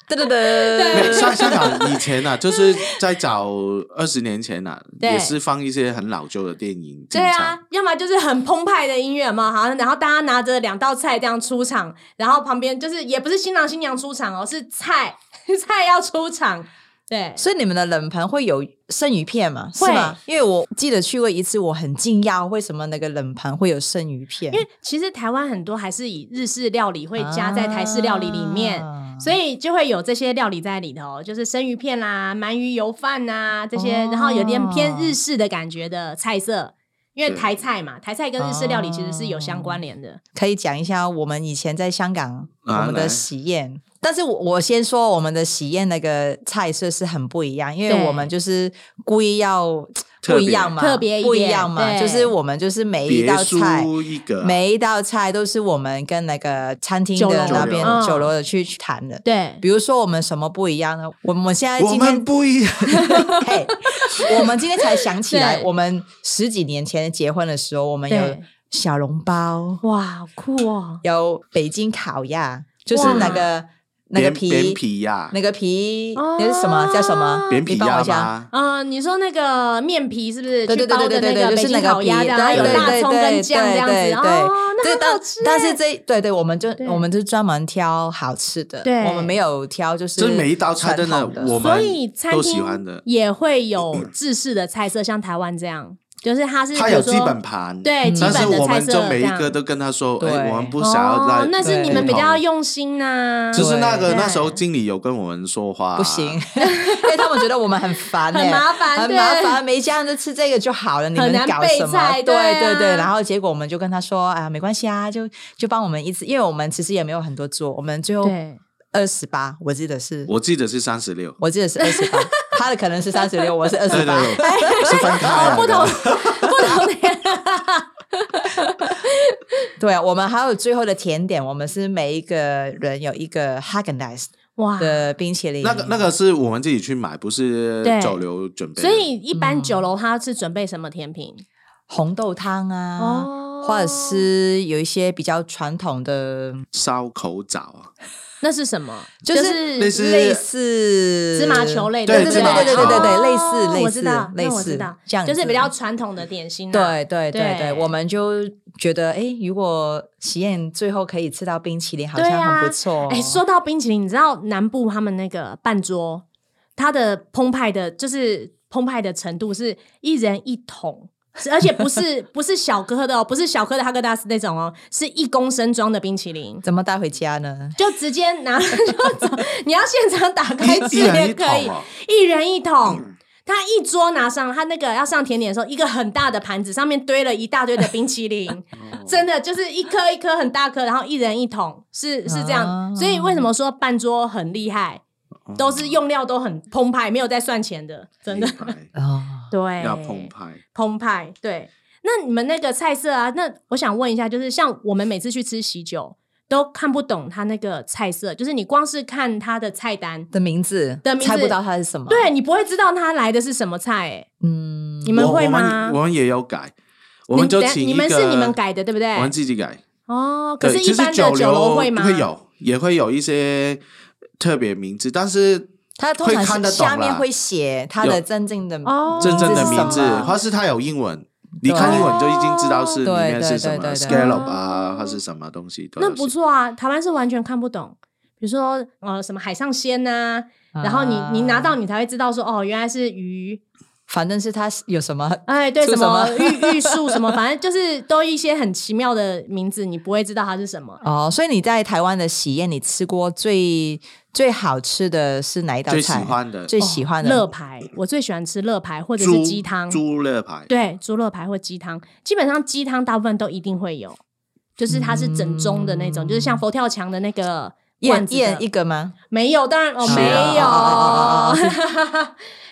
[SPEAKER 2] 噔噔
[SPEAKER 1] 没有
[SPEAKER 2] 噔，
[SPEAKER 1] 香香港以前啊，就是在早二十年前啊，
[SPEAKER 3] 对
[SPEAKER 1] 也是放一些很老旧的电影进
[SPEAKER 3] 对啊
[SPEAKER 1] 场，，
[SPEAKER 3] 要么就是很澎湃的音乐嘛，好，然后大家拿着两道菜这样出场，然后旁边就是也不是新郎新娘出场哦，是菜 [LAUGHS] 菜要出场，对，
[SPEAKER 2] 所以你们的冷盘会有生鱼片嘛？是吗？因为我记得去过一次，我很惊讶，为什么那个冷盘会有生鱼片？
[SPEAKER 3] 因为其实台湾很多还是以日式料理会加在台式料理里面，
[SPEAKER 2] 啊
[SPEAKER 3] 所以就会有这些料理在里头，就是生鱼片啦、鳗鱼油饭呐这些，
[SPEAKER 2] 哦
[SPEAKER 3] 然后有点偏日式的感觉的菜色，因为
[SPEAKER 1] 对
[SPEAKER 3] 台菜嘛，台菜跟日式料理其实是有相关联的。
[SPEAKER 2] 可以讲一下我们以前在香港我
[SPEAKER 1] 啊
[SPEAKER 2] 们的
[SPEAKER 1] 来
[SPEAKER 2] 喜宴。但是我我先说我们的喜宴那个菜色是很不一样，因为
[SPEAKER 3] 对
[SPEAKER 2] 我们就是故意要
[SPEAKER 1] 特
[SPEAKER 2] 不
[SPEAKER 1] 别
[SPEAKER 2] 一样嘛，
[SPEAKER 3] 特别一点
[SPEAKER 2] 不一样嘛，
[SPEAKER 3] 对
[SPEAKER 2] 就是我们就是每一
[SPEAKER 1] 别
[SPEAKER 2] 道菜。
[SPEAKER 1] 墅啊一个，
[SPEAKER 2] 每一道菜都是我们跟那个餐厅
[SPEAKER 3] 酒楼
[SPEAKER 2] 的那边
[SPEAKER 1] 酒
[SPEAKER 3] 楼
[SPEAKER 2] 酒楼的去去谈的。
[SPEAKER 3] 对，
[SPEAKER 2] 比如说我们什么不一样呢？我们现在
[SPEAKER 1] 我
[SPEAKER 2] 今天
[SPEAKER 1] 们不一样，
[SPEAKER 2] 嘿，我们今天才想起来，
[SPEAKER 3] [LAUGHS] 对
[SPEAKER 2] 我们十几年前结婚的时候，我们有
[SPEAKER 3] 对
[SPEAKER 2] 小笼包，
[SPEAKER 3] 哇，好酷哦！
[SPEAKER 2] 有北京烤鸭，就是
[SPEAKER 3] 哇
[SPEAKER 2] 那个那个
[SPEAKER 1] 扁扁
[SPEAKER 2] 皮，
[SPEAKER 1] 皮呀，
[SPEAKER 2] 那个皮
[SPEAKER 3] 哦
[SPEAKER 2] 那是什么叫什么？
[SPEAKER 1] 扁皮
[SPEAKER 2] 你帮我
[SPEAKER 1] 鸭
[SPEAKER 2] 一下。
[SPEAKER 1] 吗？
[SPEAKER 3] 啊、你说那个面皮是不是？
[SPEAKER 2] 对对
[SPEAKER 3] 去
[SPEAKER 2] 对
[SPEAKER 3] 包
[SPEAKER 2] 对
[SPEAKER 3] 的
[SPEAKER 2] 对
[SPEAKER 3] 那
[SPEAKER 2] 对，
[SPEAKER 3] 个
[SPEAKER 2] 就
[SPEAKER 3] 北
[SPEAKER 2] 是
[SPEAKER 3] 京
[SPEAKER 2] 那个
[SPEAKER 3] 烤
[SPEAKER 2] 皮，
[SPEAKER 3] 鸭
[SPEAKER 2] 对
[SPEAKER 3] 的，然后
[SPEAKER 2] 对
[SPEAKER 3] 有
[SPEAKER 2] 对
[SPEAKER 3] 大
[SPEAKER 2] 对
[SPEAKER 3] 葱
[SPEAKER 2] 对
[SPEAKER 3] 跟酱这样
[SPEAKER 2] 对
[SPEAKER 3] 子，
[SPEAKER 2] 对
[SPEAKER 3] 哦，那
[SPEAKER 2] 对
[SPEAKER 3] 很好
[SPEAKER 2] 但
[SPEAKER 3] 吃
[SPEAKER 2] 但
[SPEAKER 3] 欸
[SPEAKER 2] 是这对对，我们就
[SPEAKER 3] 对
[SPEAKER 2] 我们就专门挑好吃的，
[SPEAKER 3] 对
[SPEAKER 2] 我们没有挑就是
[SPEAKER 1] 这每一道菜真的
[SPEAKER 2] 传统
[SPEAKER 1] 我们
[SPEAKER 3] 所以餐
[SPEAKER 1] 都喜欢
[SPEAKER 3] 厅
[SPEAKER 1] 的
[SPEAKER 3] 也会有制式的菜色，像台湾这样，就是它是
[SPEAKER 1] 它
[SPEAKER 3] 比
[SPEAKER 1] 有
[SPEAKER 3] 如
[SPEAKER 1] 基
[SPEAKER 3] 说
[SPEAKER 1] 本盘，
[SPEAKER 3] 对基
[SPEAKER 1] 但
[SPEAKER 3] 本
[SPEAKER 1] 是
[SPEAKER 3] 的
[SPEAKER 1] 我
[SPEAKER 3] 菜
[SPEAKER 1] 们
[SPEAKER 3] 色
[SPEAKER 1] 就每
[SPEAKER 3] 这
[SPEAKER 1] 一
[SPEAKER 3] 样
[SPEAKER 1] 个都跟他说，哎，
[SPEAKER 2] 对
[SPEAKER 1] 我们不想要再
[SPEAKER 3] 哦，那是你们比较用心啊呐、
[SPEAKER 1] 就是那个
[SPEAKER 3] 对
[SPEAKER 1] 那时候经理有跟我们说话，
[SPEAKER 2] 不行，， [LAUGHS] 因为他们觉得我们很烦、欸，
[SPEAKER 3] 很麻烦
[SPEAKER 2] 很
[SPEAKER 3] 对
[SPEAKER 2] 麻烦，每一家人都吃这个就好了，你们
[SPEAKER 3] 很难
[SPEAKER 2] 搞
[SPEAKER 3] 备
[SPEAKER 2] 什么？
[SPEAKER 3] 菜
[SPEAKER 2] 对
[SPEAKER 3] 对啊
[SPEAKER 2] 对然后结果我们就跟他说啊，没关系啊，就就帮我们一次，因为我们其实也没有很多桌，我们最后
[SPEAKER 3] 对，
[SPEAKER 2] 二十八，我记得是，我
[SPEAKER 1] 我记得是三十六，
[SPEAKER 2] 记得是二十
[SPEAKER 3] [LAUGHS]
[SPEAKER 2] 八，他的可能是三十六，我是二
[SPEAKER 1] 对
[SPEAKER 2] 十八。
[SPEAKER 1] 对
[SPEAKER 2] [LAUGHS]
[SPEAKER 1] 对，是分开啊来的，
[SPEAKER 3] 哦不同 [LAUGHS] 不同的，
[SPEAKER 2] 对，我们还有最后的甜点，我们是每一个人有一个 h a g e n d a z
[SPEAKER 3] 哇。
[SPEAKER 2] 的冰淇淋。
[SPEAKER 1] 那个那个是我们自己去买，不是
[SPEAKER 3] 对
[SPEAKER 1] 酒楼准备的。
[SPEAKER 3] 所以一般酒楼它是准备什么甜品？
[SPEAKER 2] 红豆汤啊，
[SPEAKER 3] 哦
[SPEAKER 2] 或者是有一些比较传统的
[SPEAKER 1] 烧口枣啊，
[SPEAKER 3] [LAUGHS] 那是什么？
[SPEAKER 2] 就
[SPEAKER 3] 就是
[SPEAKER 1] 类似
[SPEAKER 2] 类似
[SPEAKER 3] 芝麻球类的，
[SPEAKER 2] 对
[SPEAKER 1] 对
[SPEAKER 2] 对
[SPEAKER 1] 芝
[SPEAKER 2] 对
[SPEAKER 1] 麻
[SPEAKER 2] 对对对对对，
[SPEAKER 1] 球
[SPEAKER 2] 类似
[SPEAKER 3] 哦
[SPEAKER 2] 类
[SPEAKER 3] 我知道
[SPEAKER 2] 似，类
[SPEAKER 3] 那我知
[SPEAKER 2] 似
[SPEAKER 3] 道，
[SPEAKER 2] 这样
[SPEAKER 3] 就是
[SPEAKER 2] 子
[SPEAKER 3] 比较。传统的点心、啊。
[SPEAKER 2] 对对对对，
[SPEAKER 3] 对
[SPEAKER 2] 我们就觉得，哎，如果喜宴最后可以吃到冰淇淋，好
[SPEAKER 3] 对
[SPEAKER 2] 像
[SPEAKER 3] 啊
[SPEAKER 2] 很不
[SPEAKER 1] 哦
[SPEAKER 2] 错。
[SPEAKER 3] 哎、说到冰淇淋，你知道南部他们那个半桌，它的澎湃的，就是澎湃的程度是一人一桶，是而且
[SPEAKER 1] [LAUGHS]
[SPEAKER 3] 不是不是小颗的哦，不是小颗的哈根达斯那种哦，是一公升装的冰淇淋。
[SPEAKER 2] 怎么带回家呢？
[SPEAKER 3] 就直接拿 [LAUGHS] 就走，你要现场打开
[SPEAKER 1] 一
[SPEAKER 3] 吃
[SPEAKER 1] 一人
[SPEAKER 3] 也
[SPEAKER 1] 一
[SPEAKER 3] 可
[SPEAKER 1] 桶嗯
[SPEAKER 3] 以，
[SPEAKER 1] 哦，
[SPEAKER 3] 一人一桶。他一桌拿上，他那个要上甜点的时候，一个很大的盘子上面堆了一大堆的冰淇淋，
[SPEAKER 2] 嗯
[SPEAKER 3] 真的就是一颗一颗很大颗，然后一人一桶，是是这样。
[SPEAKER 2] 啊
[SPEAKER 3] 所以为什么说半桌很厉害，
[SPEAKER 1] 哦
[SPEAKER 3] 都是用料都很澎湃，没有在算钱的，真的。哎
[SPEAKER 1] 明
[SPEAKER 3] [LAUGHS]
[SPEAKER 1] 白
[SPEAKER 2] 哦，
[SPEAKER 3] 对，
[SPEAKER 1] 要澎湃。
[SPEAKER 3] 澎湃。对，那你们那个菜色啊，那我想问一下，就是像我们每次去吃喜酒，都看不懂它那个菜色，就是你光是看它的菜单，
[SPEAKER 2] 的名字
[SPEAKER 3] 的名字
[SPEAKER 2] 猜不到它是什么。，
[SPEAKER 3] 对你不会知道它来的是什么菜、欸。
[SPEAKER 2] 嗯，
[SPEAKER 3] 你们
[SPEAKER 1] 我
[SPEAKER 3] 会
[SPEAKER 1] 我
[SPEAKER 3] 吗？
[SPEAKER 1] 我们也有改，我们
[SPEAKER 3] 你
[SPEAKER 1] 就
[SPEAKER 3] 等下
[SPEAKER 1] 请
[SPEAKER 3] 你
[SPEAKER 1] 一
[SPEAKER 3] 们是
[SPEAKER 1] 个
[SPEAKER 3] 你们改的对不对
[SPEAKER 1] 我们自己改。
[SPEAKER 3] 哦，可
[SPEAKER 1] 对，
[SPEAKER 3] 是，
[SPEAKER 1] 其
[SPEAKER 3] 一
[SPEAKER 1] 实
[SPEAKER 3] 般的酒楼
[SPEAKER 1] 楼
[SPEAKER 3] 会吗？
[SPEAKER 1] 会有，也会有一些特别名字，但是
[SPEAKER 2] 它通
[SPEAKER 1] 会
[SPEAKER 2] 常
[SPEAKER 1] 看
[SPEAKER 2] 是
[SPEAKER 1] 得懂
[SPEAKER 2] 下面
[SPEAKER 1] 啦
[SPEAKER 2] 会写它
[SPEAKER 1] 有
[SPEAKER 2] 的真正的
[SPEAKER 3] 哦
[SPEAKER 1] 真正的名
[SPEAKER 2] 是
[SPEAKER 1] 字
[SPEAKER 2] 什么，
[SPEAKER 1] 或是它有英文。你看英文就已经知
[SPEAKER 3] 哦
[SPEAKER 1] 道是里面是什
[SPEAKER 2] 对
[SPEAKER 1] 么
[SPEAKER 2] 对对对对
[SPEAKER 1] scallop 啊，还是什么东西。都有
[SPEAKER 3] 那不错啊，台湾是完全看不懂。比如说，呃，什么海上鲜呐、然后你你拿到，你才会知道说，哦，原来是鱼，
[SPEAKER 2] 啊反正是它有
[SPEAKER 1] [LAUGHS]
[SPEAKER 2] 什么
[SPEAKER 3] 哎，对，
[SPEAKER 2] 出
[SPEAKER 3] 什
[SPEAKER 2] 什
[SPEAKER 3] 么
[SPEAKER 2] 么 [LAUGHS]
[SPEAKER 3] 玉玉树什么，反正就是都一些很奇妙的名字，你不会知道它是什么。
[SPEAKER 2] 哦，所以你在台湾的喜宴，你吃过最最好吃的是哪一道菜？
[SPEAKER 1] 最喜欢的
[SPEAKER 2] 最喜欢的、
[SPEAKER 3] 乐牌，我最喜欢吃乐牌或者
[SPEAKER 1] 猪
[SPEAKER 3] 是鸡汤，
[SPEAKER 1] 猪肋排，
[SPEAKER 3] 对，猪乐牌或鸡汤，基本上鸡汤大部分都一定会有，就是它是整盅的那种，
[SPEAKER 2] 嗯
[SPEAKER 3] 就是像佛跳墙的那个
[SPEAKER 2] 一
[SPEAKER 3] 罐
[SPEAKER 2] 人
[SPEAKER 3] 子
[SPEAKER 2] 一人
[SPEAKER 3] 的
[SPEAKER 2] 一个吗？
[SPEAKER 3] 没有，当然哦，
[SPEAKER 1] 是
[SPEAKER 3] 没有，
[SPEAKER 2] 啊
[SPEAKER 3] [LAUGHS]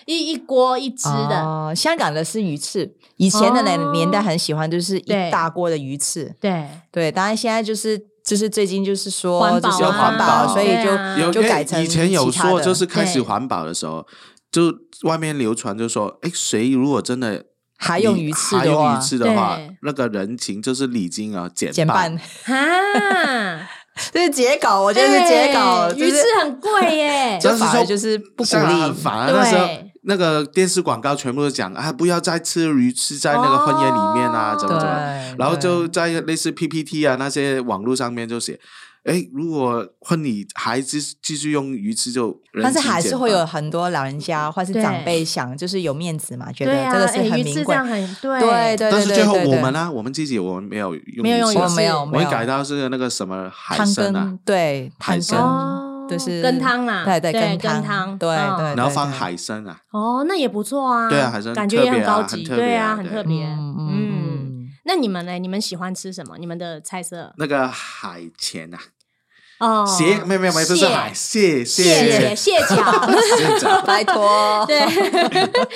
[SPEAKER 3] 一一锅一只的，
[SPEAKER 2] 哦，香港的是鱼翅，以前的
[SPEAKER 3] 哦
[SPEAKER 2] 年年代很喜欢，就是一
[SPEAKER 3] 对
[SPEAKER 2] 大锅的鱼翅。
[SPEAKER 3] 对，
[SPEAKER 2] 对，当然现在就是就是最近就是说
[SPEAKER 3] 环保
[SPEAKER 2] 就是
[SPEAKER 1] 啊
[SPEAKER 2] 环保，所以
[SPEAKER 3] 对
[SPEAKER 2] 就、
[SPEAKER 3] 啊
[SPEAKER 1] 有
[SPEAKER 2] 嗯就
[SPEAKER 1] 因为
[SPEAKER 2] 改成
[SPEAKER 1] 以前有
[SPEAKER 2] 其他
[SPEAKER 1] 说，
[SPEAKER 2] 的
[SPEAKER 1] 就是开始
[SPEAKER 3] 对
[SPEAKER 1] 环保的时候，就外面流传就说，哎，谁如果真的
[SPEAKER 2] 还用
[SPEAKER 1] 你
[SPEAKER 2] 鱼翅
[SPEAKER 1] 还
[SPEAKER 2] 的
[SPEAKER 1] 用
[SPEAKER 2] 话
[SPEAKER 1] 鱼，翅的话
[SPEAKER 3] 对，
[SPEAKER 1] 那个人情就是礼金啊减
[SPEAKER 2] 减半
[SPEAKER 1] 半。，，
[SPEAKER 2] [LAUGHS]
[SPEAKER 3] 哈，
[SPEAKER 2] 这是截稿，我觉得是截稿，
[SPEAKER 3] 哎鱼
[SPEAKER 2] 就是
[SPEAKER 3] 翅很贵
[SPEAKER 2] [LAUGHS]
[SPEAKER 3] 耶
[SPEAKER 2] 就
[SPEAKER 1] 但是
[SPEAKER 2] 反而
[SPEAKER 1] 说
[SPEAKER 2] 就是不鼓
[SPEAKER 1] 像啊
[SPEAKER 2] 励。
[SPEAKER 1] 反而那时候
[SPEAKER 3] 对
[SPEAKER 1] 那个电视广告全部都讲啊，不要再吃鱼翅在那个婚宴里面啊，
[SPEAKER 3] 哦
[SPEAKER 1] 怎
[SPEAKER 2] 对
[SPEAKER 1] 么怎么。，然后
[SPEAKER 2] 对
[SPEAKER 1] 就在类似 PPT 啊那些网络上面就写，哎，如果婚礼还继继续用鱼翅就人
[SPEAKER 2] 但是
[SPEAKER 1] 情
[SPEAKER 2] 还是
[SPEAKER 1] 减
[SPEAKER 2] 会
[SPEAKER 1] 半
[SPEAKER 2] 有很多老人家或是
[SPEAKER 3] 对
[SPEAKER 2] 长辈想，就是有面子嘛，觉
[SPEAKER 3] 对
[SPEAKER 2] 得
[SPEAKER 3] 啊，
[SPEAKER 2] 这个是
[SPEAKER 3] 哎
[SPEAKER 2] 很
[SPEAKER 3] 鱼
[SPEAKER 2] 名
[SPEAKER 3] 翅这
[SPEAKER 2] 贵。
[SPEAKER 3] 样很
[SPEAKER 2] 对对
[SPEAKER 3] 对，
[SPEAKER 2] 对对对，
[SPEAKER 1] 但是最后
[SPEAKER 2] 对
[SPEAKER 1] 我们？啊呢，我们自己我们没有用
[SPEAKER 3] 没有用
[SPEAKER 1] 鱼
[SPEAKER 3] 鱼
[SPEAKER 1] 翅
[SPEAKER 2] 我
[SPEAKER 3] 翅
[SPEAKER 2] 没有，
[SPEAKER 1] 我
[SPEAKER 2] 没有
[SPEAKER 1] 们改到是那个什么海
[SPEAKER 2] 汤
[SPEAKER 1] 参啊
[SPEAKER 2] 羹，，对，
[SPEAKER 1] 海
[SPEAKER 2] 汤
[SPEAKER 1] 参
[SPEAKER 2] 羹。
[SPEAKER 3] 哦，
[SPEAKER 2] 就是
[SPEAKER 3] 羹汤啦
[SPEAKER 2] 对对，
[SPEAKER 3] 对
[SPEAKER 2] 羹
[SPEAKER 3] 羹汤
[SPEAKER 2] 对
[SPEAKER 3] 嗯
[SPEAKER 2] 对，
[SPEAKER 1] 然后
[SPEAKER 2] 对
[SPEAKER 1] 放
[SPEAKER 2] 对
[SPEAKER 1] 海参啊，
[SPEAKER 3] 哦，那也不错啊，
[SPEAKER 1] 对啊还是很
[SPEAKER 3] 感觉也
[SPEAKER 1] 特别
[SPEAKER 3] 很
[SPEAKER 1] 啊
[SPEAKER 3] 高
[SPEAKER 1] 很
[SPEAKER 3] 级，
[SPEAKER 1] 特
[SPEAKER 3] 对
[SPEAKER 1] 别
[SPEAKER 3] 啊，
[SPEAKER 1] 啊
[SPEAKER 3] 很
[SPEAKER 1] 对
[SPEAKER 3] 特别。
[SPEAKER 2] 嗯
[SPEAKER 3] 嗯，
[SPEAKER 2] 嗯
[SPEAKER 3] 那你们呢？你们喜欢吃什么？你们的菜色？
[SPEAKER 1] 那个海钳啊，
[SPEAKER 3] 哦，
[SPEAKER 1] 蟹，没有没有没有，这是
[SPEAKER 3] 蟹
[SPEAKER 1] 海蟹
[SPEAKER 3] 蟹
[SPEAKER 1] 蟹蟹
[SPEAKER 3] 蟹
[SPEAKER 1] [LAUGHS]
[SPEAKER 3] 脚，
[SPEAKER 2] 嗯，拜托，
[SPEAKER 3] [LAUGHS] 对，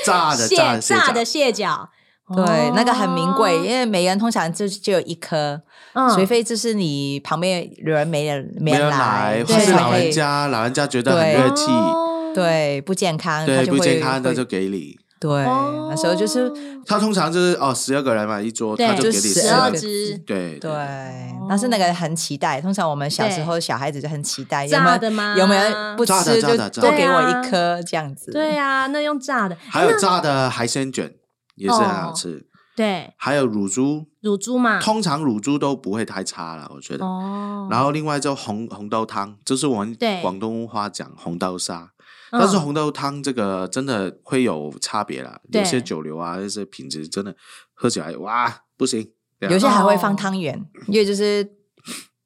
[SPEAKER 1] 炸的
[SPEAKER 3] 蟹
[SPEAKER 1] 炸的
[SPEAKER 3] 炸的
[SPEAKER 1] 蟹
[SPEAKER 3] 蟹脚，
[SPEAKER 2] 对
[SPEAKER 3] 哦，
[SPEAKER 2] 那个很名贵，因为每人通常就就有一颗，
[SPEAKER 3] 嗯
[SPEAKER 2] 除非就是你旁边有人没人
[SPEAKER 1] 脚没
[SPEAKER 2] 人
[SPEAKER 1] 有
[SPEAKER 2] 来，
[SPEAKER 1] 来，
[SPEAKER 2] 对
[SPEAKER 1] 或是老人
[SPEAKER 2] 对
[SPEAKER 1] 家，老人家觉得很
[SPEAKER 2] 对
[SPEAKER 1] 热气，
[SPEAKER 3] 哦
[SPEAKER 2] 对不健康，他
[SPEAKER 1] 对
[SPEAKER 2] 就
[SPEAKER 1] 不
[SPEAKER 2] 会
[SPEAKER 1] 健康
[SPEAKER 2] 会
[SPEAKER 1] 那就给你。
[SPEAKER 2] 对，
[SPEAKER 3] 哦
[SPEAKER 2] 那时候就是
[SPEAKER 1] 他通常就是哦，十二个人嘛一桌，
[SPEAKER 3] 对
[SPEAKER 1] 他就给你
[SPEAKER 2] 就
[SPEAKER 1] 十
[SPEAKER 2] 12
[SPEAKER 3] 二
[SPEAKER 2] 个
[SPEAKER 3] 只
[SPEAKER 1] 对
[SPEAKER 2] 对，
[SPEAKER 3] 哦
[SPEAKER 2] 但是那个很期待。通常我们小时
[SPEAKER 3] 对
[SPEAKER 2] 候小孩子就很期待，有没
[SPEAKER 3] 炸
[SPEAKER 2] 有
[SPEAKER 3] 的啊吗？
[SPEAKER 2] 有没有不
[SPEAKER 1] 炸的
[SPEAKER 2] 吃
[SPEAKER 1] 炸
[SPEAKER 2] 就
[SPEAKER 1] 的炸
[SPEAKER 2] 多
[SPEAKER 3] 的
[SPEAKER 2] 给我
[SPEAKER 3] 对啊
[SPEAKER 2] 一颗这样子？
[SPEAKER 3] 对啊，那用炸的，
[SPEAKER 1] 还有炸的海鲜卷也是很好吃，
[SPEAKER 3] 对，
[SPEAKER 1] 还有乳猪，
[SPEAKER 3] 乳猪嘛，
[SPEAKER 1] 通常乳猪都不会太差了，我觉得。
[SPEAKER 3] 嗯哦，
[SPEAKER 1] 然后另外就红红豆汤，就是我们
[SPEAKER 3] 对
[SPEAKER 1] 广东话讲红豆沙，
[SPEAKER 3] 嗯
[SPEAKER 1] 但是红豆汤这个真的会有差别啦，
[SPEAKER 3] 对
[SPEAKER 1] 有些酒流啊，那些品质真的喝起来哇不行。对啊
[SPEAKER 2] 有些还会放
[SPEAKER 3] 哦
[SPEAKER 2] 汤圆，因为就是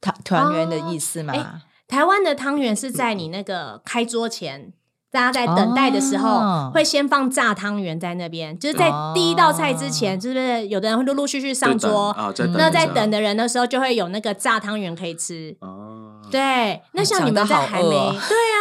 [SPEAKER 2] 团团圆的意思嘛
[SPEAKER 1] 啊
[SPEAKER 3] 哎。台湾的汤圆是在你那个开桌前。大家在等待的时候，
[SPEAKER 2] 哦
[SPEAKER 3] 会先放炸汤圆在那边，就是在第一道菜之前，
[SPEAKER 2] 哦
[SPEAKER 3] 就是有的人会陆陆续续上
[SPEAKER 1] 就等
[SPEAKER 3] 桌，
[SPEAKER 1] 啊，在
[SPEAKER 2] 嗯
[SPEAKER 1] 等
[SPEAKER 3] 那
[SPEAKER 1] 一下
[SPEAKER 3] 在等的人的时候，就会有那个炸汤圆可以吃。
[SPEAKER 1] 哦，
[SPEAKER 3] 对，那像你们在还
[SPEAKER 2] 讲
[SPEAKER 3] 没、
[SPEAKER 2] 得好饿哦
[SPEAKER 3] 对啊，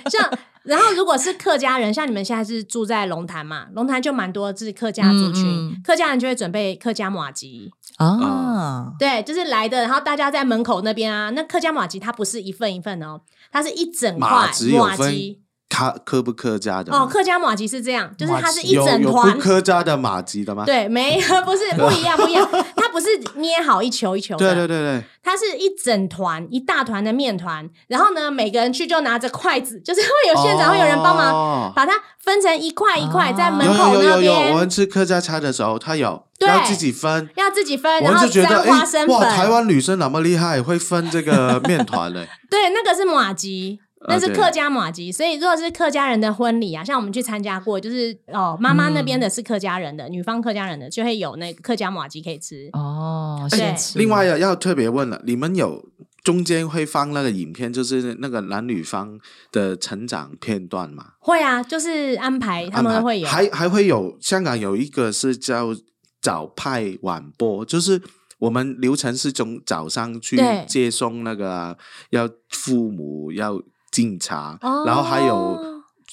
[SPEAKER 3] [LAUGHS] 像然后如果是客家人，像你们现在是住在龙潭嘛，龙潭就蛮多是客家族群，
[SPEAKER 2] 嗯嗯
[SPEAKER 3] 客家人就会准备客家马吉，
[SPEAKER 2] 啊，
[SPEAKER 3] 对，就是来的，然后大家在门口那边啊，那客家马吉它不是一份一份哦，它是一整块
[SPEAKER 1] 马吉有
[SPEAKER 3] 马
[SPEAKER 1] 分
[SPEAKER 3] 吉
[SPEAKER 1] 客客不客家的吗
[SPEAKER 3] 哦，客家马吉是这样，就是它是一
[SPEAKER 1] 有
[SPEAKER 3] 整
[SPEAKER 1] 有
[SPEAKER 3] 团
[SPEAKER 1] 不。客家的马吉的吗？
[SPEAKER 3] 对， [LAUGHS] 没不是不一样，不一样，它不是捏好一球一球的，
[SPEAKER 1] 对对对对，
[SPEAKER 3] 它是一整团一大团的面团，然后呢，每个人去就拿着筷子，就是会有现场会有人帮忙
[SPEAKER 1] 忙。
[SPEAKER 3] 把它分成一块一块，
[SPEAKER 2] 哦
[SPEAKER 3] 在门
[SPEAKER 1] 有哦
[SPEAKER 3] 口
[SPEAKER 1] 有
[SPEAKER 3] 那
[SPEAKER 1] 有有有，我
[SPEAKER 3] 边
[SPEAKER 1] 们吃客家菜的时候，他有
[SPEAKER 3] 对
[SPEAKER 1] 要自己分，
[SPEAKER 3] 要自己分，
[SPEAKER 1] 我
[SPEAKER 3] 然
[SPEAKER 1] 们
[SPEAKER 3] 后
[SPEAKER 1] 就觉得
[SPEAKER 3] 沾花
[SPEAKER 1] 哎
[SPEAKER 3] 生
[SPEAKER 1] 哇，台
[SPEAKER 3] 粉。
[SPEAKER 1] 湾女生那么厉害，会分这个面
[SPEAKER 3] [LAUGHS]
[SPEAKER 1] 团嘞。
[SPEAKER 3] 对，那个是马吉。
[SPEAKER 1] 呃
[SPEAKER 3] 那是
[SPEAKER 1] 对
[SPEAKER 3] 客家马吉，所以如果是客家人的婚礼啊，像我们去参加过，就是哦，妈妈那
[SPEAKER 1] 嗯
[SPEAKER 3] 边的是客家人的，女方客家人的就会有那个客家马吉可以吃。
[SPEAKER 2] 哦，
[SPEAKER 3] 对
[SPEAKER 2] 现吃
[SPEAKER 1] 另外要要特别问了，你们有中间会放那个影片，就是那个男女方的成长片段吗？
[SPEAKER 3] 会啊，就是安排他们
[SPEAKER 1] 安排
[SPEAKER 3] 会有，
[SPEAKER 1] 还还会有香港有一个是叫早派晚播，就是我们流程是从早上去
[SPEAKER 3] 对
[SPEAKER 1] 接送那个啊要父母要敬茶，
[SPEAKER 3] 哦
[SPEAKER 1] 然后还有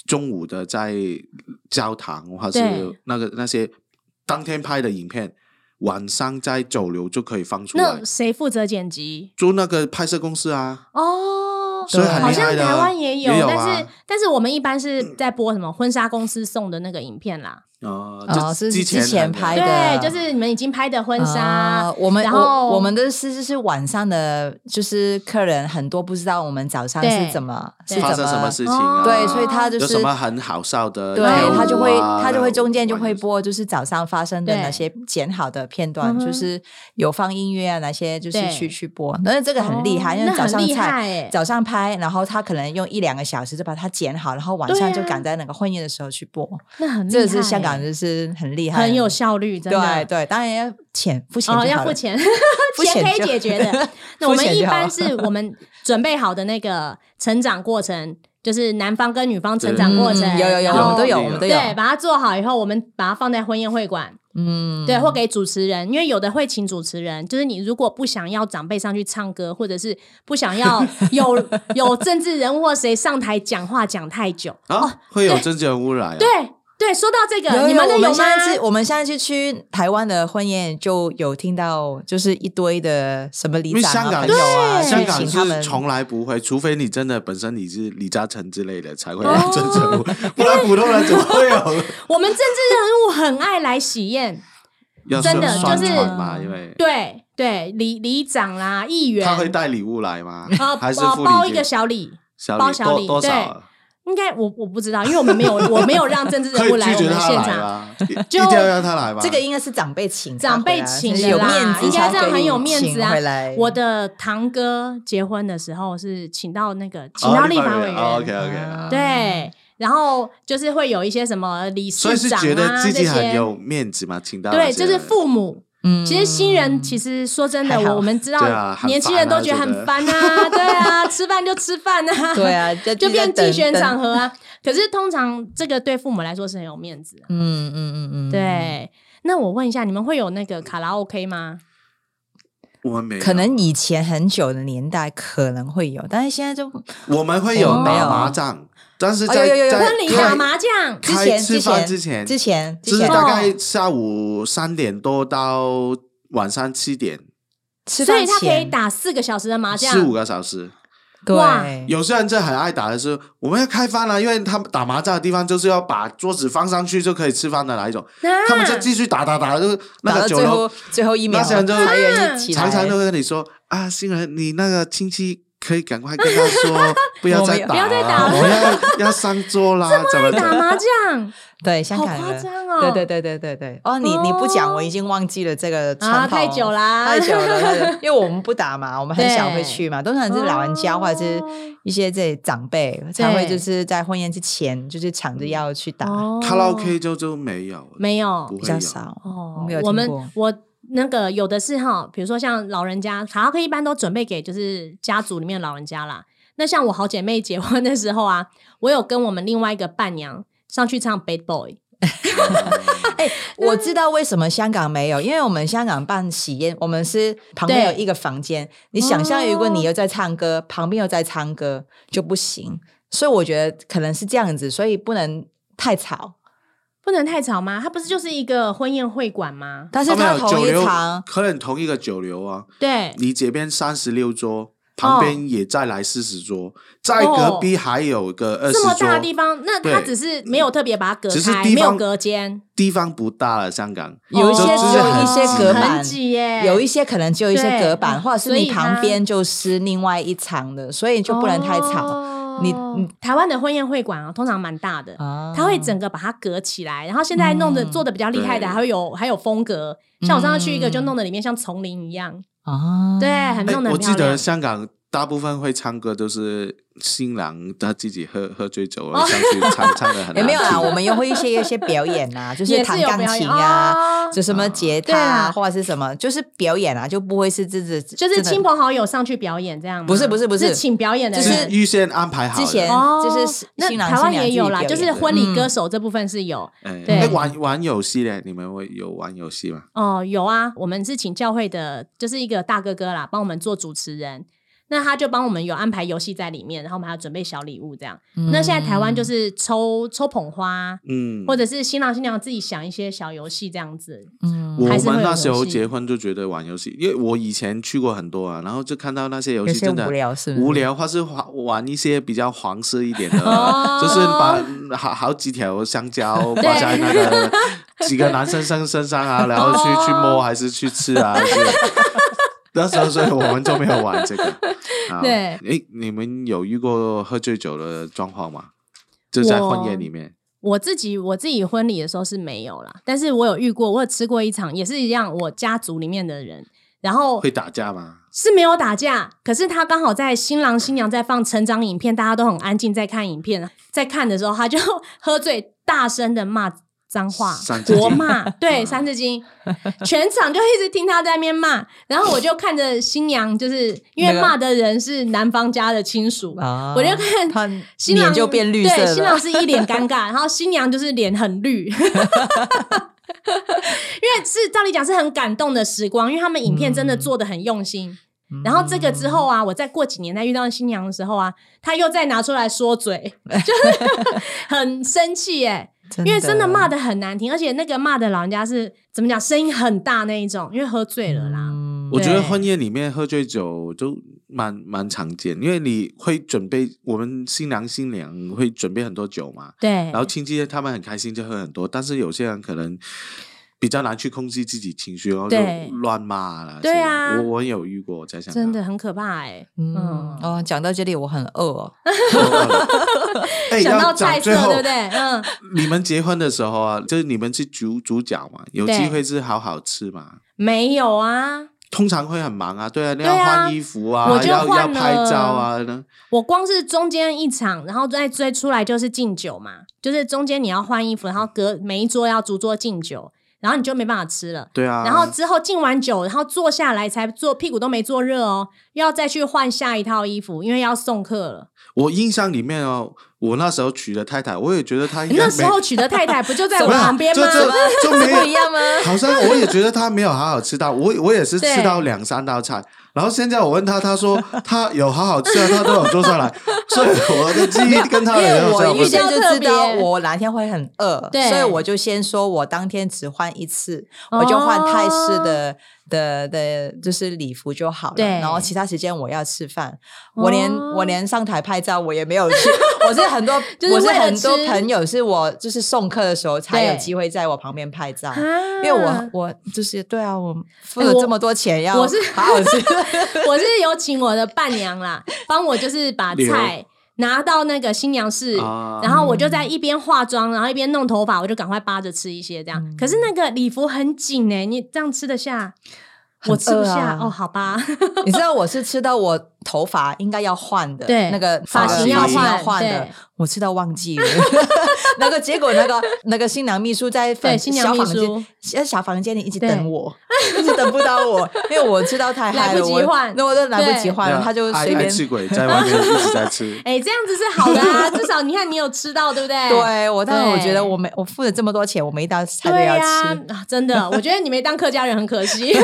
[SPEAKER 1] 中午的在教堂或是
[SPEAKER 3] 对
[SPEAKER 1] 那个那些当天拍的影片，晚上在酒楼就可以放出来
[SPEAKER 3] 那。谁负责剪辑？
[SPEAKER 1] 租那个拍摄公司啊，
[SPEAKER 3] 哦，
[SPEAKER 1] 所以
[SPEAKER 2] 对
[SPEAKER 1] 很
[SPEAKER 3] 好
[SPEAKER 1] 厉
[SPEAKER 3] 像
[SPEAKER 1] 害的啊、
[SPEAKER 3] 台湾也有，
[SPEAKER 1] 有啊，
[SPEAKER 3] 但是但是我们一般是在播什么婚纱公司送的那个影片啦，
[SPEAKER 1] 哦
[SPEAKER 2] 哦
[SPEAKER 1] 就是之
[SPEAKER 2] 之前拍的
[SPEAKER 3] 对，就是你们已经拍的婚纱
[SPEAKER 2] 啊，我们
[SPEAKER 3] 然后
[SPEAKER 2] 我我们的是就是晚上的，就是客人很多不知道我们早上
[SPEAKER 3] 对
[SPEAKER 2] 是怎么是
[SPEAKER 3] 对
[SPEAKER 2] 怎
[SPEAKER 1] 发生什么事情
[SPEAKER 3] 哦
[SPEAKER 1] 啊？
[SPEAKER 2] 对，所以他就
[SPEAKER 1] 有
[SPEAKER 2] 是
[SPEAKER 1] 什么很好笑的
[SPEAKER 2] 对
[SPEAKER 1] 跳舞啊，
[SPEAKER 2] 他就会他就
[SPEAKER 1] 那
[SPEAKER 2] 会
[SPEAKER 1] 种
[SPEAKER 2] 中间就会
[SPEAKER 1] 玩的
[SPEAKER 2] 播，就是早上发生的
[SPEAKER 3] 对
[SPEAKER 2] 那些剪好的片
[SPEAKER 3] 嗯
[SPEAKER 2] 段，
[SPEAKER 3] 哼
[SPEAKER 2] 就是有放音乐啊，哪些就是
[SPEAKER 3] 对
[SPEAKER 2] 去去播。但是这个很厉害，
[SPEAKER 3] 哦
[SPEAKER 2] 因为
[SPEAKER 3] 那
[SPEAKER 2] 早
[SPEAKER 3] 很
[SPEAKER 2] 上
[SPEAKER 3] 厉
[SPEAKER 2] 菜
[SPEAKER 3] 害欸
[SPEAKER 2] 早上拍，然后他可能用一两个小时就把它剪好，然后晚上
[SPEAKER 3] 对
[SPEAKER 2] 就
[SPEAKER 3] 啊
[SPEAKER 2] 赶在那个婚宴的时候去播。
[SPEAKER 3] 那很厉害
[SPEAKER 2] 这
[SPEAKER 3] 欸
[SPEAKER 2] 个是香港，就是很厉害，
[SPEAKER 3] 很有效率，真
[SPEAKER 2] 对
[SPEAKER 3] 的。
[SPEAKER 2] 对，当然要钱付钱
[SPEAKER 3] 哦，
[SPEAKER 2] 就
[SPEAKER 3] 要
[SPEAKER 2] 好
[SPEAKER 3] 付
[SPEAKER 2] 了
[SPEAKER 3] 钱，
[SPEAKER 2] [LAUGHS]
[SPEAKER 3] [LAUGHS]
[SPEAKER 2] 付
[SPEAKER 3] 钱可以
[SPEAKER 2] 就
[SPEAKER 3] 解决
[SPEAKER 2] [LAUGHS]
[SPEAKER 3] [LAUGHS] 的。那我
[SPEAKER 2] 付
[SPEAKER 3] 们
[SPEAKER 2] 钱
[SPEAKER 3] 一
[SPEAKER 2] 就好
[SPEAKER 3] 般
[SPEAKER 2] 了
[SPEAKER 3] 是我们准备好的那个成长过程，就是男方跟女方成长过程，
[SPEAKER 2] 嗯有有有，
[SPEAKER 3] 然
[SPEAKER 2] 我
[SPEAKER 3] 后
[SPEAKER 2] 们都有，
[SPEAKER 1] 有
[SPEAKER 2] 我们都有，
[SPEAKER 3] 对，把它做好以后，我们把它放在婚宴会馆，
[SPEAKER 2] 嗯，
[SPEAKER 3] 对，或给主持人，因为有的会请主持人，就是你如果不想要长辈上去唱歌，或者是不
[SPEAKER 1] [LAUGHS]
[SPEAKER 3] 想要有有政治人物或谁上台讲话讲太久，哦
[SPEAKER 1] 啊，会有真正污染啊，
[SPEAKER 3] 对对，说到这个，
[SPEAKER 2] 有
[SPEAKER 3] 你们的
[SPEAKER 2] 我
[SPEAKER 3] 有
[SPEAKER 2] 们
[SPEAKER 3] 吗？
[SPEAKER 2] 上次我们上次去台湾的婚宴就有听到，就是一堆的什么里
[SPEAKER 1] 因为
[SPEAKER 2] 长
[SPEAKER 1] 香
[SPEAKER 2] 啊、
[SPEAKER 1] 港
[SPEAKER 2] 朋友啊，
[SPEAKER 1] 香
[SPEAKER 2] 去
[SPEAKER 1] 港
[SPEAKER 2] 请他
[SPEAKER 1] 是
[SPEAKER 2] 们。
[SPEAKER 1] 从来不会，除非你真的本身你是李嘉诚之类的才会
[SPEAKER 3] 哦
[SPEAKER 1] 有真正污染，不然普通人怎么会有？
[SPEAKER 3] 我们政治人物很爱来喜宴，
[SPEAKER 1] 要
[SPEAKER 3] [LAUGHS] 真的
[SPEAKER 1] 宣
[SPEAKER 3] 就是
[SPEAKER 1] 传嘛，因为
[SPEAKER 3] 对对，里里长啦、议员，
[SPEAKER 1] 他会带礼物来吗？[LAUGHS]
[SPEAKER 3] 呃
[SPEAKER 1] 还是
[SPEAKER 3] 呃
[SPEAKER 1] 付
[SPEAKER 3] 包
[SPEAKER 1] 礼
[SPEAKER 3] 一个
[SPEAKER 1] 金
[SPEAKER 3] 小礼。
[SPEAKER 1] 小
[SPEAKER 3] 包
[SPEAKER 1] 礼
[SPEAKER 3] 小
[SPEAKER 1] 多
[SPEAKER 3] 礼
[SPEAKER 1] 多
[SPEAKER 3] 对
[SPEAKER 1] 少啊？
[SPEAKER 3] 应该我我不知道，因为我们没有我没有让政治
[SPEAKER 1] 可
[SPEAKER 3] 人物
[SPEAKER 1] 以拒
[SPEAKER 3] 来我
[SPEAKER 1] 绝
[SPEAKER 3] 们
[SPEAKER 1] 他
[SPEAKER 3] 现
[SPEAKER 1] 来啊
[SPEAKER 3] 场，
[SPEAKER 1] 吗？一一
[SPEAKER 3] 就
[SPEAKER 1] 定要让他来吗？哦
[SPEAKER 2] 这个应该是长辈请他
[SPEAKER 3] 长辈
[SPEAKER 2] 回来
[SPEAKER 3] 请
[SPEAKER 2] 就是
[SPEAKER 3] 的
[SPEAKER 2] 有
[SPEAKER 3] 啦
[SPEAKER 2] 面子，
[SPEAKER 3] 应该这样很有面子啊
[SPEAKER 2] 回来，
[SPEAKER 3] 我的堂哥结婚的时候是请到那个请
[SPEAKER 1] 哦
[SPEAKER 3] 到立法委员，
[SPEAKER 1] OK OK，
[SPEAKER 2] 啊
[SPEAKER 3] 对，然后就是会有一些什么理事
[SPEAKER 1] 所以是
[SPEAKER 3] 长啊
[SPEAKER 1] 觉得自
[SPEAKER 3] 这
[SPEAKER 1] 己
[SPEAKER 3] 些，
[SPEAKER 1] 很有面子嘛，请到
[SPEAKER 3] 对，
[SPEAKER 1] 那些
[SPEAKER 3] 就是
[SPEAKER 1] 人
[SPEAKER 3] 父母。
[SPEAKER 2] 嗯
[SPEAKER 3] 其实新人其实说真的，
[SPEAKER 2] 还好
[SPEAKER 3] 我我们知道
[SPEAKER 1] 对啊，很
[SPEAKER 3] 年轻人
[SPEAKER 1] 烦啊
[SPEAKER 3] 都觉得
[SPEAKER 1] 觉得
[SPEAKER 3] 很烦啊，对啊，吃饭就吃饭
[SPEAKER 1] [LAUGHS]
[SPEAKER 3] 啊，
[SPEAKER 2] 对，啊，就
[SPEAKER 3] 就变竞选场
[SPEAKER 2] 上，
[SPEAKER 3] 合啊。可是通常这个对父母来说是很有面子、啊，
[SPEAKER 2] 嗯嗯嗯嗯，
[SPEAKER 3] 对。那我问一下，你们会有那个卡拉 OK 吗？
[SPEAKER 1] 我们没有，
[SPEAKER 2] 可能以前很久的年代可能会有，但是现在就
[SPEAKER 1] 我们会有
[SPEAKER 2] 哦没
[SPEAKER 1] 打
[SPEAKER 2] 有
[SPEAKER 1] 麻将，但是
[SPEAKER 2] 哦
[SPEAKER 1] 在
[SPEAKER 2] 有有有
[SPEAKER 1] 在
[SPEAKER 3] 婚礼
[SPEAKER 1] 开
[SPEAKER 3] 打麻将，
[SPEAKER 2] 之
[SPEAKER 1] 开
[SPEAKER 2] 前
[SPEAKER 1] 吃
[SPEAKER 2] 之
[SPEAKER 1] 饭
[SPEAKER 2] 前
[SPEAKER 1] 之前
[SPEAKER 2] 之前
[SPEAKER 1] 就
[SPEAKER 2] 之
[SPEAKER 1] 是
[SPEAKER 2] 前
[SPEAKER 1] 大概下午三点多到晚上七点，
[SPEAKER 2] 吃
[SPEAKER 3] 所
[SPEAKER 2] 饭
[SPEAKER 3] 以他可以
[SPEAKER 2] 前
[SPEAKER 3] 打四个小时的麻将
[SPEAKER 1] 四。五个小时。
[SPEAKER 3] 哇
[SPEAKER 2] 对，
[SPEAKER 1] 有些人这很爱打的是，我们要开饭了，因为他们打麻将的地方就是要把桌子放上去就可以吃饭的那一种，
[SPEAKER 3] 啊
[SPEAKER 1] 他们就继续打打打，就是那
[SPEAKER 2] 打到
[SPEAKER 1] 个酒
[SPEAKER 2] 最
[SPEAKER 1] 楼
[SPEAKER 2] 后最后一秒
[SPEAKER 1] 那些人就
[SPEAKER 2] 才愿意起来，
[SPEAKER 1] 常常都会跟你说啊，新人，你那个亲戚可以赶快跟他
[SPEAKER 2] [LAUGHS]
[SPEAKER 1] 说，不要再
[SPEAKER 2] 我们
[SPEAKER 1] 打，啊
[SPEAKER 3] 不要再打了
[SPEAKER 1] 我们要要上桌
[SPEAKER 2] [LAUGHS]
[SPEAKER 1] 啦，怎么
[SPEAKER 3] 打
[SPEAKER 1] 的？
[SPEAKER 3] 麻将，
[SPEAKER 2] 对香
[SPEAKER 3] 好
[SPEAKER 2] 港
[SPEAKER 3] 夸
[SPEAKER 2] 人。
[SPEAKER 3] 张哦！
[SPEAKER 2] 对对对对对对，哦，你你不讲，
[SPEAKER 3] 哦
[SPEAKER 2] 我已经忘记了这个传
[SPEAKER 3] 啊，
[SPEAKER 2] 统
[SPEAKER 3] 太久啦，
[SPEAKER 2] 太久了，太久了因为我们不打
[SPEAKER 3] [LAUGHS]
[SPEAKER 2] 嘛，我们很少
[SPEAKER 3] 对哦
[SPEAKER 2] 会去嘛，通常是老人家或者是一些这长辈才会就是在婚宴之前就是抢着要去打，
[SPEAKER 3] 哦
[SPEAKER 1] 卡拉 OK 就就没有，
[SPEAKER 3] 没有
[SPEAKER 1] 不
[SPEAKER 2] 比
[SPEAKER 1] 会有
[SPEAKER 2] 较。少。
[SPEAKER 3] 哦
[SPEAKER 2] 我没有
[SPEAKER 3] 我
[SPEAKER 2] 听
[SPEAKER 3] 们
[SPEAKER 2] 过
[SPEAKER 3] 我那个有的是哈，比如说像老人家，卡拉 OK 一般都准备给就是家族里面的老人家啦。那像我好姐妹结婚的时候啊， [LAUGHS] 我有跟我们另外一个伴娘上去唱《Bad Boy》，
[SPEAKER 2] 哎、
[SPEAKER 3] 嗯
[SPEAKER 2] 我知道为什么香港没有，因为我们香港办喜宴，我们是旁边有
[SPEAKER 3] 对
[SPEAKER 2] 一个房间，你想象如果你又在唱歌，旁边又在唱歌就不行，所以我觉得可能是这样子，所以不能太吵。
[SPEAKER 3] 不能太吵吗？它不是就是一个婚宴会馆吗？
[SPEAKER 2] [LAUGHS] 但是
[SPEAKER 1] 他们
[SPEAKER 2] 它
[SPEAKER 1] 哦有
[SPEAKER 2] 同
[SPEAKER 1] 酒
[SPEAKER 2] 一
[SPEAKER 1] 流
[SPEAKER 2] 场，，
[SPEAKER 1] 可能同一个酒流啊，
[SPEAKER 3] 对，
[SPEAKER 1] 你这边三十六桌，
[SPEAKER 2] 哦
[SPEAKER 1] 旁边也再来四十桌，在隔壁还有个
[SPEAKER 2] 哦
[SPEAKER 1] 二十
[SPEAKER 3] 这么大的地
[SPEAKER 1] 桌，
[SPEAKER 3] 方，那它
[SPEAKER 1] 呃对
[SPEAKER 3] 只是没有特别把它隔
[SPEAKER 1] 只是
[SPEAKER 3] 开，
[SPEAKER 1] 地
[SPEAKER 3] 没有
[SPEAKER 1] 方
[SPEAKER 3] 隔间，
[SPEAKER 1] 地方不大了，香港。
[SPEAKER 2] 有一些
[SPEAKER 1] 哦
[SPEAKER 2] 只有一
[SPEAKER 1] 就是
[SPEAKER 2] 些
[SPEAKER 1] 很
[SPEAKER 2] 隔
[SPEAKER 1] 挤
[SPEAKER 2] 板
[SPEAKER 3] 很，挤耶，
[SPEAKER 2] 有一些可能只有一些
[SPEAKER 3] 对
[SPEAKER 2] 隔板，
[SPEAKER 3] 嗯
[SPEAKER 2] 或者是
[SPEAKER 3] 所以
[SPEAKER 2] 你
[SPEAKER 3] 它
[SPEAKER 2] 旁边就是另外一场的，所以就不能太吵。
[SPEAKER 3] 哦
[SPEAKER 2] 你你
[SPEAKER 3] 台湾的婚宴会馆啊，通常蛮大的，
[SPEAKER 2] 啊
[SPEAKER 3] 它会整个把它隔起来。然后现在弄的、
[SPEAKER 2] 嗯
[SPEAKER 3] 做的比较厉害的，
[SPEAKER 1] 对
[SPEAKER 3] 还会有还有风格。像我上次去一个，
[SPEAKER 2] 嗯
[SPEAKER 3] 就弄得里面像丛林一样，
[SPEAKER 2] 啊
[SPEAKER 3] 对，很
[SPEAKER 1] 哎
[SPEAKER 3] 弄得
[SPEAKER 1] 我
[SPEAKER 3] 很
[SPEAKER 1] 记
[SPEAKER 3] 漂亮
[SPEAKER 1] 得。香港大部分会唱歌都是新郎他自己喝喝醉酒
[SPEAKER 3] 哦
[SPEAKER 1] 了上去唱，
[SPEAKER 2] [LAUGHS]
[SPEAKER 1] 唱的很
[SPEAKER 2] 也
[SPEAKER 1] 难
[SPEAKER 2] 没有啦，
[SPEAKER 1] 听
[SPEAKER 2] 我们也会一些一些表演啊，就是
[SPEAKER 3] 也
[SPEAKER 2] 弹
[SPEAKER 3] 是有
[SPEAKER 2] 钢
[SPEAKER 3] 表
[SPEAKER 2] 琴
[SPEAKER 3] 演
[SPEAKER 2] 啊，
[SPEAKER 3] 哦
[SPEAKER 2] 就什么吉
[SPEAKER 3] 对
[SPEAKER 2] 他啊，
[SPEAKER 3] 啊
[SPEAKER 2] 或者是什么，就是表演啊，就不会是这这
[SPEAKER 3] 就是亲。
[SPEAKER 2] 真的
[SPEAKER 3] 朋好友上去表演这样吗？
[SPEAKER 2] 不是不是不是
[SPEAKER 3] 是，请表演的
[SPEAKER 2] 就是
[SPEAKER 1] 是
[SPEAKER 3] 人。
[SPEAKER 1] 预先安排好的。
[SPEAKER 2] 之前
[SPEAKER 3] 哦，
[SPEAKER 2] 就是
[SPEAKER 3] 那
[SPEAKER 2] 新郎
[SPEAKER 3] 台湾
[SPEAKER 2] 新娘
[SPEAKER 3] 也有啦，
[SPEAKER 2] 自己表演的嗯
[SPEAKER 3] 就是婚礼歌手这部分是有
[SPEAKER 1] 哎，
[SPEAKER 3] 对
[SPEAKER 1] 哎玩玩游戏嘞，你们会有玩游戏吗？
[SPEAKER 3] 哦，有啊，我们是请教会的，就是一个大哥哥啦，帮我们做主持人。那他就帮我们有安排游戏在里面，然后我们还要准备小礼物这样。
[SPEAKER 2] 嗯
[SPEAKER 3] 那现在台湾就是抽抽捧花，
[SPEAKER 1] 嗯，
[SPEAKER 3] 或者是新郎新娘自己想一些小游戏这样子。
[SPEAKER 2] 嗯，
[SPEAKER 1] 我
[SPEAKER 3] 还是会
[SPEAKER 1] 们那
[SPEAKER 3] 有
[SPEAKER 1] 时
[SPEAKER 3] 游
[SPEAKER 1] 候
[SPEAKER 3] 戏
[SPEAKER 1] 结婚就觉得玩游戏，因为我以前去过很多啊，然后就看到那些游
[SPEAKER 2] 有
[SPEAKER 1] 戏
[SPEAKER 2] 些
[SPEAKER 1] 真的
[SPEAKER 2] 无聊是不是
[SPEAKER 1] 无聊，或是玩玩一些比较黄色一
[SPEAKER 3] [LAUGHS]
[SPEAKER 1] 点的，
[SPEAKER 3] 哦
[SPEAKER 1] 就是把嗯好好几条香蕉挂在那个几个男生身身上啊，然后去、
[SPEAKER 3] 哦
[SPEAKER 1] 去摸还是去吃啊。就是那时候，所以我们就没有玩这个。啊
[SPEAKER 3] 对
[SPEAKER 1] 诶，你们有遇过喝醉酒的状况吗？就在婚
[SPEAKER 3] 我
[SPEAKER 1] 宴里面，
[SPEAKER 3] 我自己我自己婚礼的时候是没有啦，但是我有遇过，我有吃过一场，也是一样，我家族里面的人，然后
[SPEAKER 1] 会打架吗？
[SPEAKER 3] 是没有打架，可是他刚好在新郎新娘在放成长影片，大家都很安静在看影片，在看的时候，他就 [LAUGHS] 喝醉，大声的骂脏话
[SPEAKER 1] 三，字经嗯
[SPEAKER 3] 国
[SPEAKER 1] [LAUGHS]
[SPEAKER 3] 骂，对，三字经，全场就一直听他在那边骂，然后我就看着新娘，就是因
[SPEAKER 2] 那
[SPEAKER 3] 为
[SPEAKER 2] 个
[SPEAKER 3] 骂的人是男方家的亲属，
[SPEAKER 2] 啊
[SPEAKER 3] 我就看
[SPEAKER 2] 他
[SPEAKER 3] [LAUGHS] 新
[SPEAKER 2] 脸
[SPEAKER 3] 郎
[SPEAKER 2] 就变绿
[SPEAKER 3] 对，
[SPEAKER 2] 色
[SPEAKER 3] 新郎
[SPEAKER 2] 了，
[SPEAKER 3] 是一脸尴
[SPEAKER 2] [LAUGHS]
[SPEAKER 3] 尬，然后新娘就是脸很绿， [LAUGHS] 因为是照理讲是很感动的时光，因为他们影片真的
[SPEAKER 2] 嗯
[SPEAKER 3] 做的很用心。然后这个之后啊，我再过几年再遇到新娘的时候啊，她又再拿出来说嘴，
[SPEAKER 2] [LAUGHS]
[SPEAKER 3] 就是很生气耶、
[SPEAKER 2] 嗯，
[SPEAKER 3] 因为真的骂的很难听，而且那个骂的老人家是怎么讲，声音很大那一种，因为喝醉了啦。
[SPEAKER 2] 嗯
[SPEAKER 1] 我觉得
[SPEAKER 3] 对
[SPEAKER 1] 婚宴里面喝醉酒就蛮蛮常见，因为你会准备，我们新郎新娘会准备很多酒嘛，
[SPEAKER 3] 对
[SPEAKER 1] 然，后亲戚他们很开心就喝很多，但是有些人可能比较难去控制自己情绪，然后就
[SPEAKER 3] 对
[SPEAKER 1] 乱骂了。
[SPEAKER 3] 对啊
[SPEAKER 1] 我我有遇过在香港，
[SPEAKER 3] 真的很可怕哎、
[SPEAKER 2] 嗯
[SPEAKER 3] 嗯
[SPEAKER 2] 哦，讲到这里我很饿
[SPEAKER 1] [LAUGHS]
[SPEAKER 2] 哦，
[SPEAKER 1] [LAUGHS] 我饿
[SPEAKER 3] [LAUGHS]
[SPEAKER 1] 了。哎，
[SPEAKER 3] 想
[SPEAKER 1] 要
[SPEAKER 3] 到
[SPEAKER 1] 讲
[SPEAKER 3] 菜色
[SPEAKER 1] 最后
[SPEAKER 3] 对不对？嗯，
[SPEAKER 1] 你们结婚的时候啊，就是你们是主主角嘛，有
[SPEAKER 3] 对
[SPEAKER 1] 机会是好好吃嘛。
[SPEAKER 3] 没有啊，
[SPEAKER 1] 通常会很忙啊，对啊，你
[SPEAKER 3] 对
[SPEAKER 1] 要
[SPEAKER 3] 啊
[SPEAKER 1] 换衣服啊，
[SPEAKER 3] 我就
[SPEAKER 1] 要要
[SPEAKER 3] 换
[SPEAKER 1] 拍
[SPEAKER 3] 了
[SPEAKER 1] 照啊，那
[SPEAKER 3] 我光是中间一场，然后再追出来就是敬酒嘛，就是中间你要换衣服，然后隔每一桌要逐桌敬酒。然后你就没办法吃了。
[SPEAKER 1] 对啊，
[SPEAKER 3] 然后之后敬完酒，然后坐下来才坐，屁股都没坐热哦，又要再去换下一套衣服，因为要送客了。
[SPEAKER 1] 我印象里面哦，我那时候娶的太太，我也觉得
[SPEAKER 2] 哎
[SPEAKER 1] 她应该
[SPEAKER 3] 那
[SPEAKER 1] 没
[SPEAKER 3] 时候娶的太太不就
[SPEAKER 2] [LAUGHS]
[SPEAKER 3] 在我
[SPEAKER 1] 没有
[SPEAKER 3] 旁边
[SPEAKER 1] 就
[SPEAKER 3] 吗？
[SPEAKER 1] 就
[SPEAKER 3] [LAUGHS]
[SPEAKER 1] 就没
[SPEAKER 2] 不一样吗？
[SPEAKER 1] 好像我也觉得她没有好好吃到，我我也是吃
[SPEAKER 3] 对
[SPEAKER 1] 到两三道菜，然后现在我问她，她
[SPEAKER 3] [LAUGHS]
[SPEAKER 1] 说她有好好吃啊，她都有做上来，所以我的记忆跟她
[SPEAKER 2] 因为
[SPEAKER 1] 的
[SPEAKER 2] 我
[SPEAKER 1] 印
[SPEAKER 2] 预
[SPEAKER 1] 象不
[SPEAKER 2] 先就
[SPEAKER 1] 一样。
[SPEAKER 2] 知道我哪天会很饿，
[SPEAKER 3] 对
[SPEAKER 2] 所以我就先说我当天只换一次，我就换
[SPEAKER 3] 哦
[SPEAKER 2] 泰式的的的，就是礼服就好了。
[SPEAKER 3] 对
[SPEAKER 2] 然后其他时间我要吃饭，
[SPEAKER 3] 哦
[SPEAKER 2] 我连我连上台拍照我也没
[SPEAKER 3] [LAUGHS]
[SPEAKER 2] 有去，我是很多
[SPEAKER 3] 就是
[SPEAKER 2] 我是
[SPEAKER 3] 为了
[SPEAKER 2] 很多
[SPEAKER 3] 吃
[SPEAKER 2] 朋友是我就是送客的时候才有
[SPEAKER 3] 对
[SPEAKER 2] 机会在我旁边拍照。
[SPEAKER 3] 啊
[SPEAKER 2] 因为我我就是对啊，我付了
[SPEAKER 3] 哎我
[SPEAKER 2] 这么多钱要
[SPEAKER 3] 我是
[SPEAKER 2] 好好吃，
[SPEAKER 1] [LAUGHS]
[SPEAKER 3] 我是有请我的伴娘啦，帮我就是把菜拿到那个新娘室，
[SPEAKER 1] 啊
[SPEAKER 3] 然后我就在一边化妆，然后一边弄头发，我就赶快扒着吃一些这样。
[SPEAKER 1] 嗯
[SPEAKER 3] 可是那个礼服很紧哎、你这样吃得下？
[SPEAKER 2] 很
[SPEAKER 3] 我吃不
[SPEAKER 2] 饿
[SPEAKER 3] 下、
[SPEAKER 2] 啊
[SPEAKER 3] 哦，好吧， [LAUGHS]
[SPEAKER 2] 你知道我是吃到我头发应该要换的，
[SPEAKER 3] 对
[SPEAKER 2] 那个
[SPEAKER 3] 发
[SPEAKER 1] 型
[SPEAKER 2] 型
[SPEAKER 1] 要
[SPEAKER 3] 换
[SPEAKER 2] 换的
[SPEAKER 3] 对，
[SPEAKER 2] 我吃到忘记了。 [LAUGHS] 那个结果，那个那个新郎秘书在粉
[SPEAKER 3] 对新娘
[SPEAKER 2] 小房
[SPEAKER 3] 秘书
[SPEAKER 2] 间小小房间里一直
[SPEAKER 3] 对
[SPEAKER 2] 等我，一直等不到我，因为我吃到太嗨
[SPEAKER 3] 来
[SPEAKER 2] 了，
[SPEAKER 3] 不及
[SPEAKER 2] 我
[SPEAKER 3] 换
[SPEAKER 2] 那我都来不及
[SPEAKER 3] 对，
[SPEAKER 2] 换了，他就
[SPEAKER 1] 爱
[SPEAKER 2] 随
[SPEAKER 1] 爱
[SPEAKER 2] 便。
[SPEAKER 1] 吃鬼在外面一直在吃
[SPEAKER 3] [LAUGHS] 哎、这样子是好的
[SPEAKER 1] [LAUGHS]
[SPEAKER 3] 啊，至少你看你有吃到，对不对？
[SPEAKER 2] 对我，但是我觉得
[SPEAKER 3] 对
[SPEAKER 2] 我没我付了这么多钱，我每一道菜都
[SPEAKER 3] 对
[SPEAKER 2] 要
[SPEAKER 3] 呀、
[SPEAKER 2] 吃
[SPEAKER 3] 啊。真的，我觉得你没当客家人很可惜。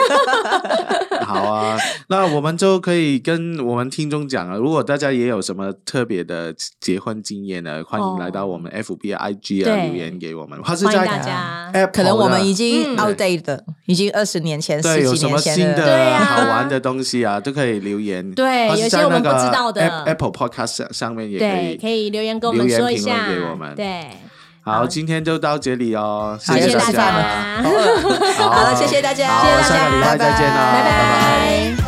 [SPEAKER 1] 好啊，那我们就可以跟我们听众讲啊，如果大家也有什么特别的结婚经验呢，欢迎
[SPEAKER 3] 哦
[SPEAKER 1] 来到我们 FB 啊 IG 啊
[SPEAKER 3] 对
[SPEAKER 1] 留言给我们， [LAUGHS] 或是啊
[SPEAKER 3] 欢迎
[SPEAKER 1] 在
[SPEAKER 3] 大家
[SPEAKER 1] Apple
[SPEAKER 2] 可能我们
[SPEAKER 1] 的
[SPEAKER 2] 已经
[SPEAKER 3] 嗯
[SPEAKER 2] outdated，了已经二十年前、
[SPEAKER 1] 对，
[SPEAKER 2] 十
[SPEAKER 1] 有
[SPEAKER 2] 几
[SPEAKER 1] 什
[SPEAKER 2] 年
[SPEAKER 1] 么新
[SPEAKER 2] 前
[SPEAKER 3] 对
[SPEAKER 1] 的
[SPEAKER 3] 啊
[SPEAKER 1] 好玩的东西啊，都可以留言。
[SPEAKER 3] 对
[SPEAKER 1] 或是
[SPEAKER 3] 有些
[SPEAKER 1] 在
[SPEAKER 3] 我
[SPEAKER 1] 那
[SPEAKER 3] 们
[SPEAKER 1] 个
[SPEAKER 3] 不知道的
[SPEAKER 1] App- Apple Podcast 上上面也可
[SPEAKER 3] 对
[SPEAKER 1] 以，。
[SPEAKER 3] 可以留言跟我们
[SPEAKER 1] 留言
[SPEAKER 3] 说一
[SPEAKER 1] 评论
[SPEAKER 3] 下，
[SPEAKER 1] 给我们
[SPEAKER 3] 对，
[SPEAKER 1] 好，今天就到这里哦，
[SPEAKER 2] 好
[SPEAKER 1] 谢
[SPEAKER 2] 谢谢
[SPEAKER 1] 大
[SPEAKER 2] 大
[SPEAKER 1] 家。
[SPEAKER 3] [LAUGHS]
[SPEAKER 2] 家
[SPEAKER 3] 家，
[SPEAKER 2] 好了，谢谢大家，
[SPEAKER 1] 好
[SPEAKER 3] 谢谢大家
[SPEAKER 1] 下个礼拜再见啦，
[SPEAKER 3] 拜
[SPEAKER 1] 拜
[SPEAKER 3] 拜。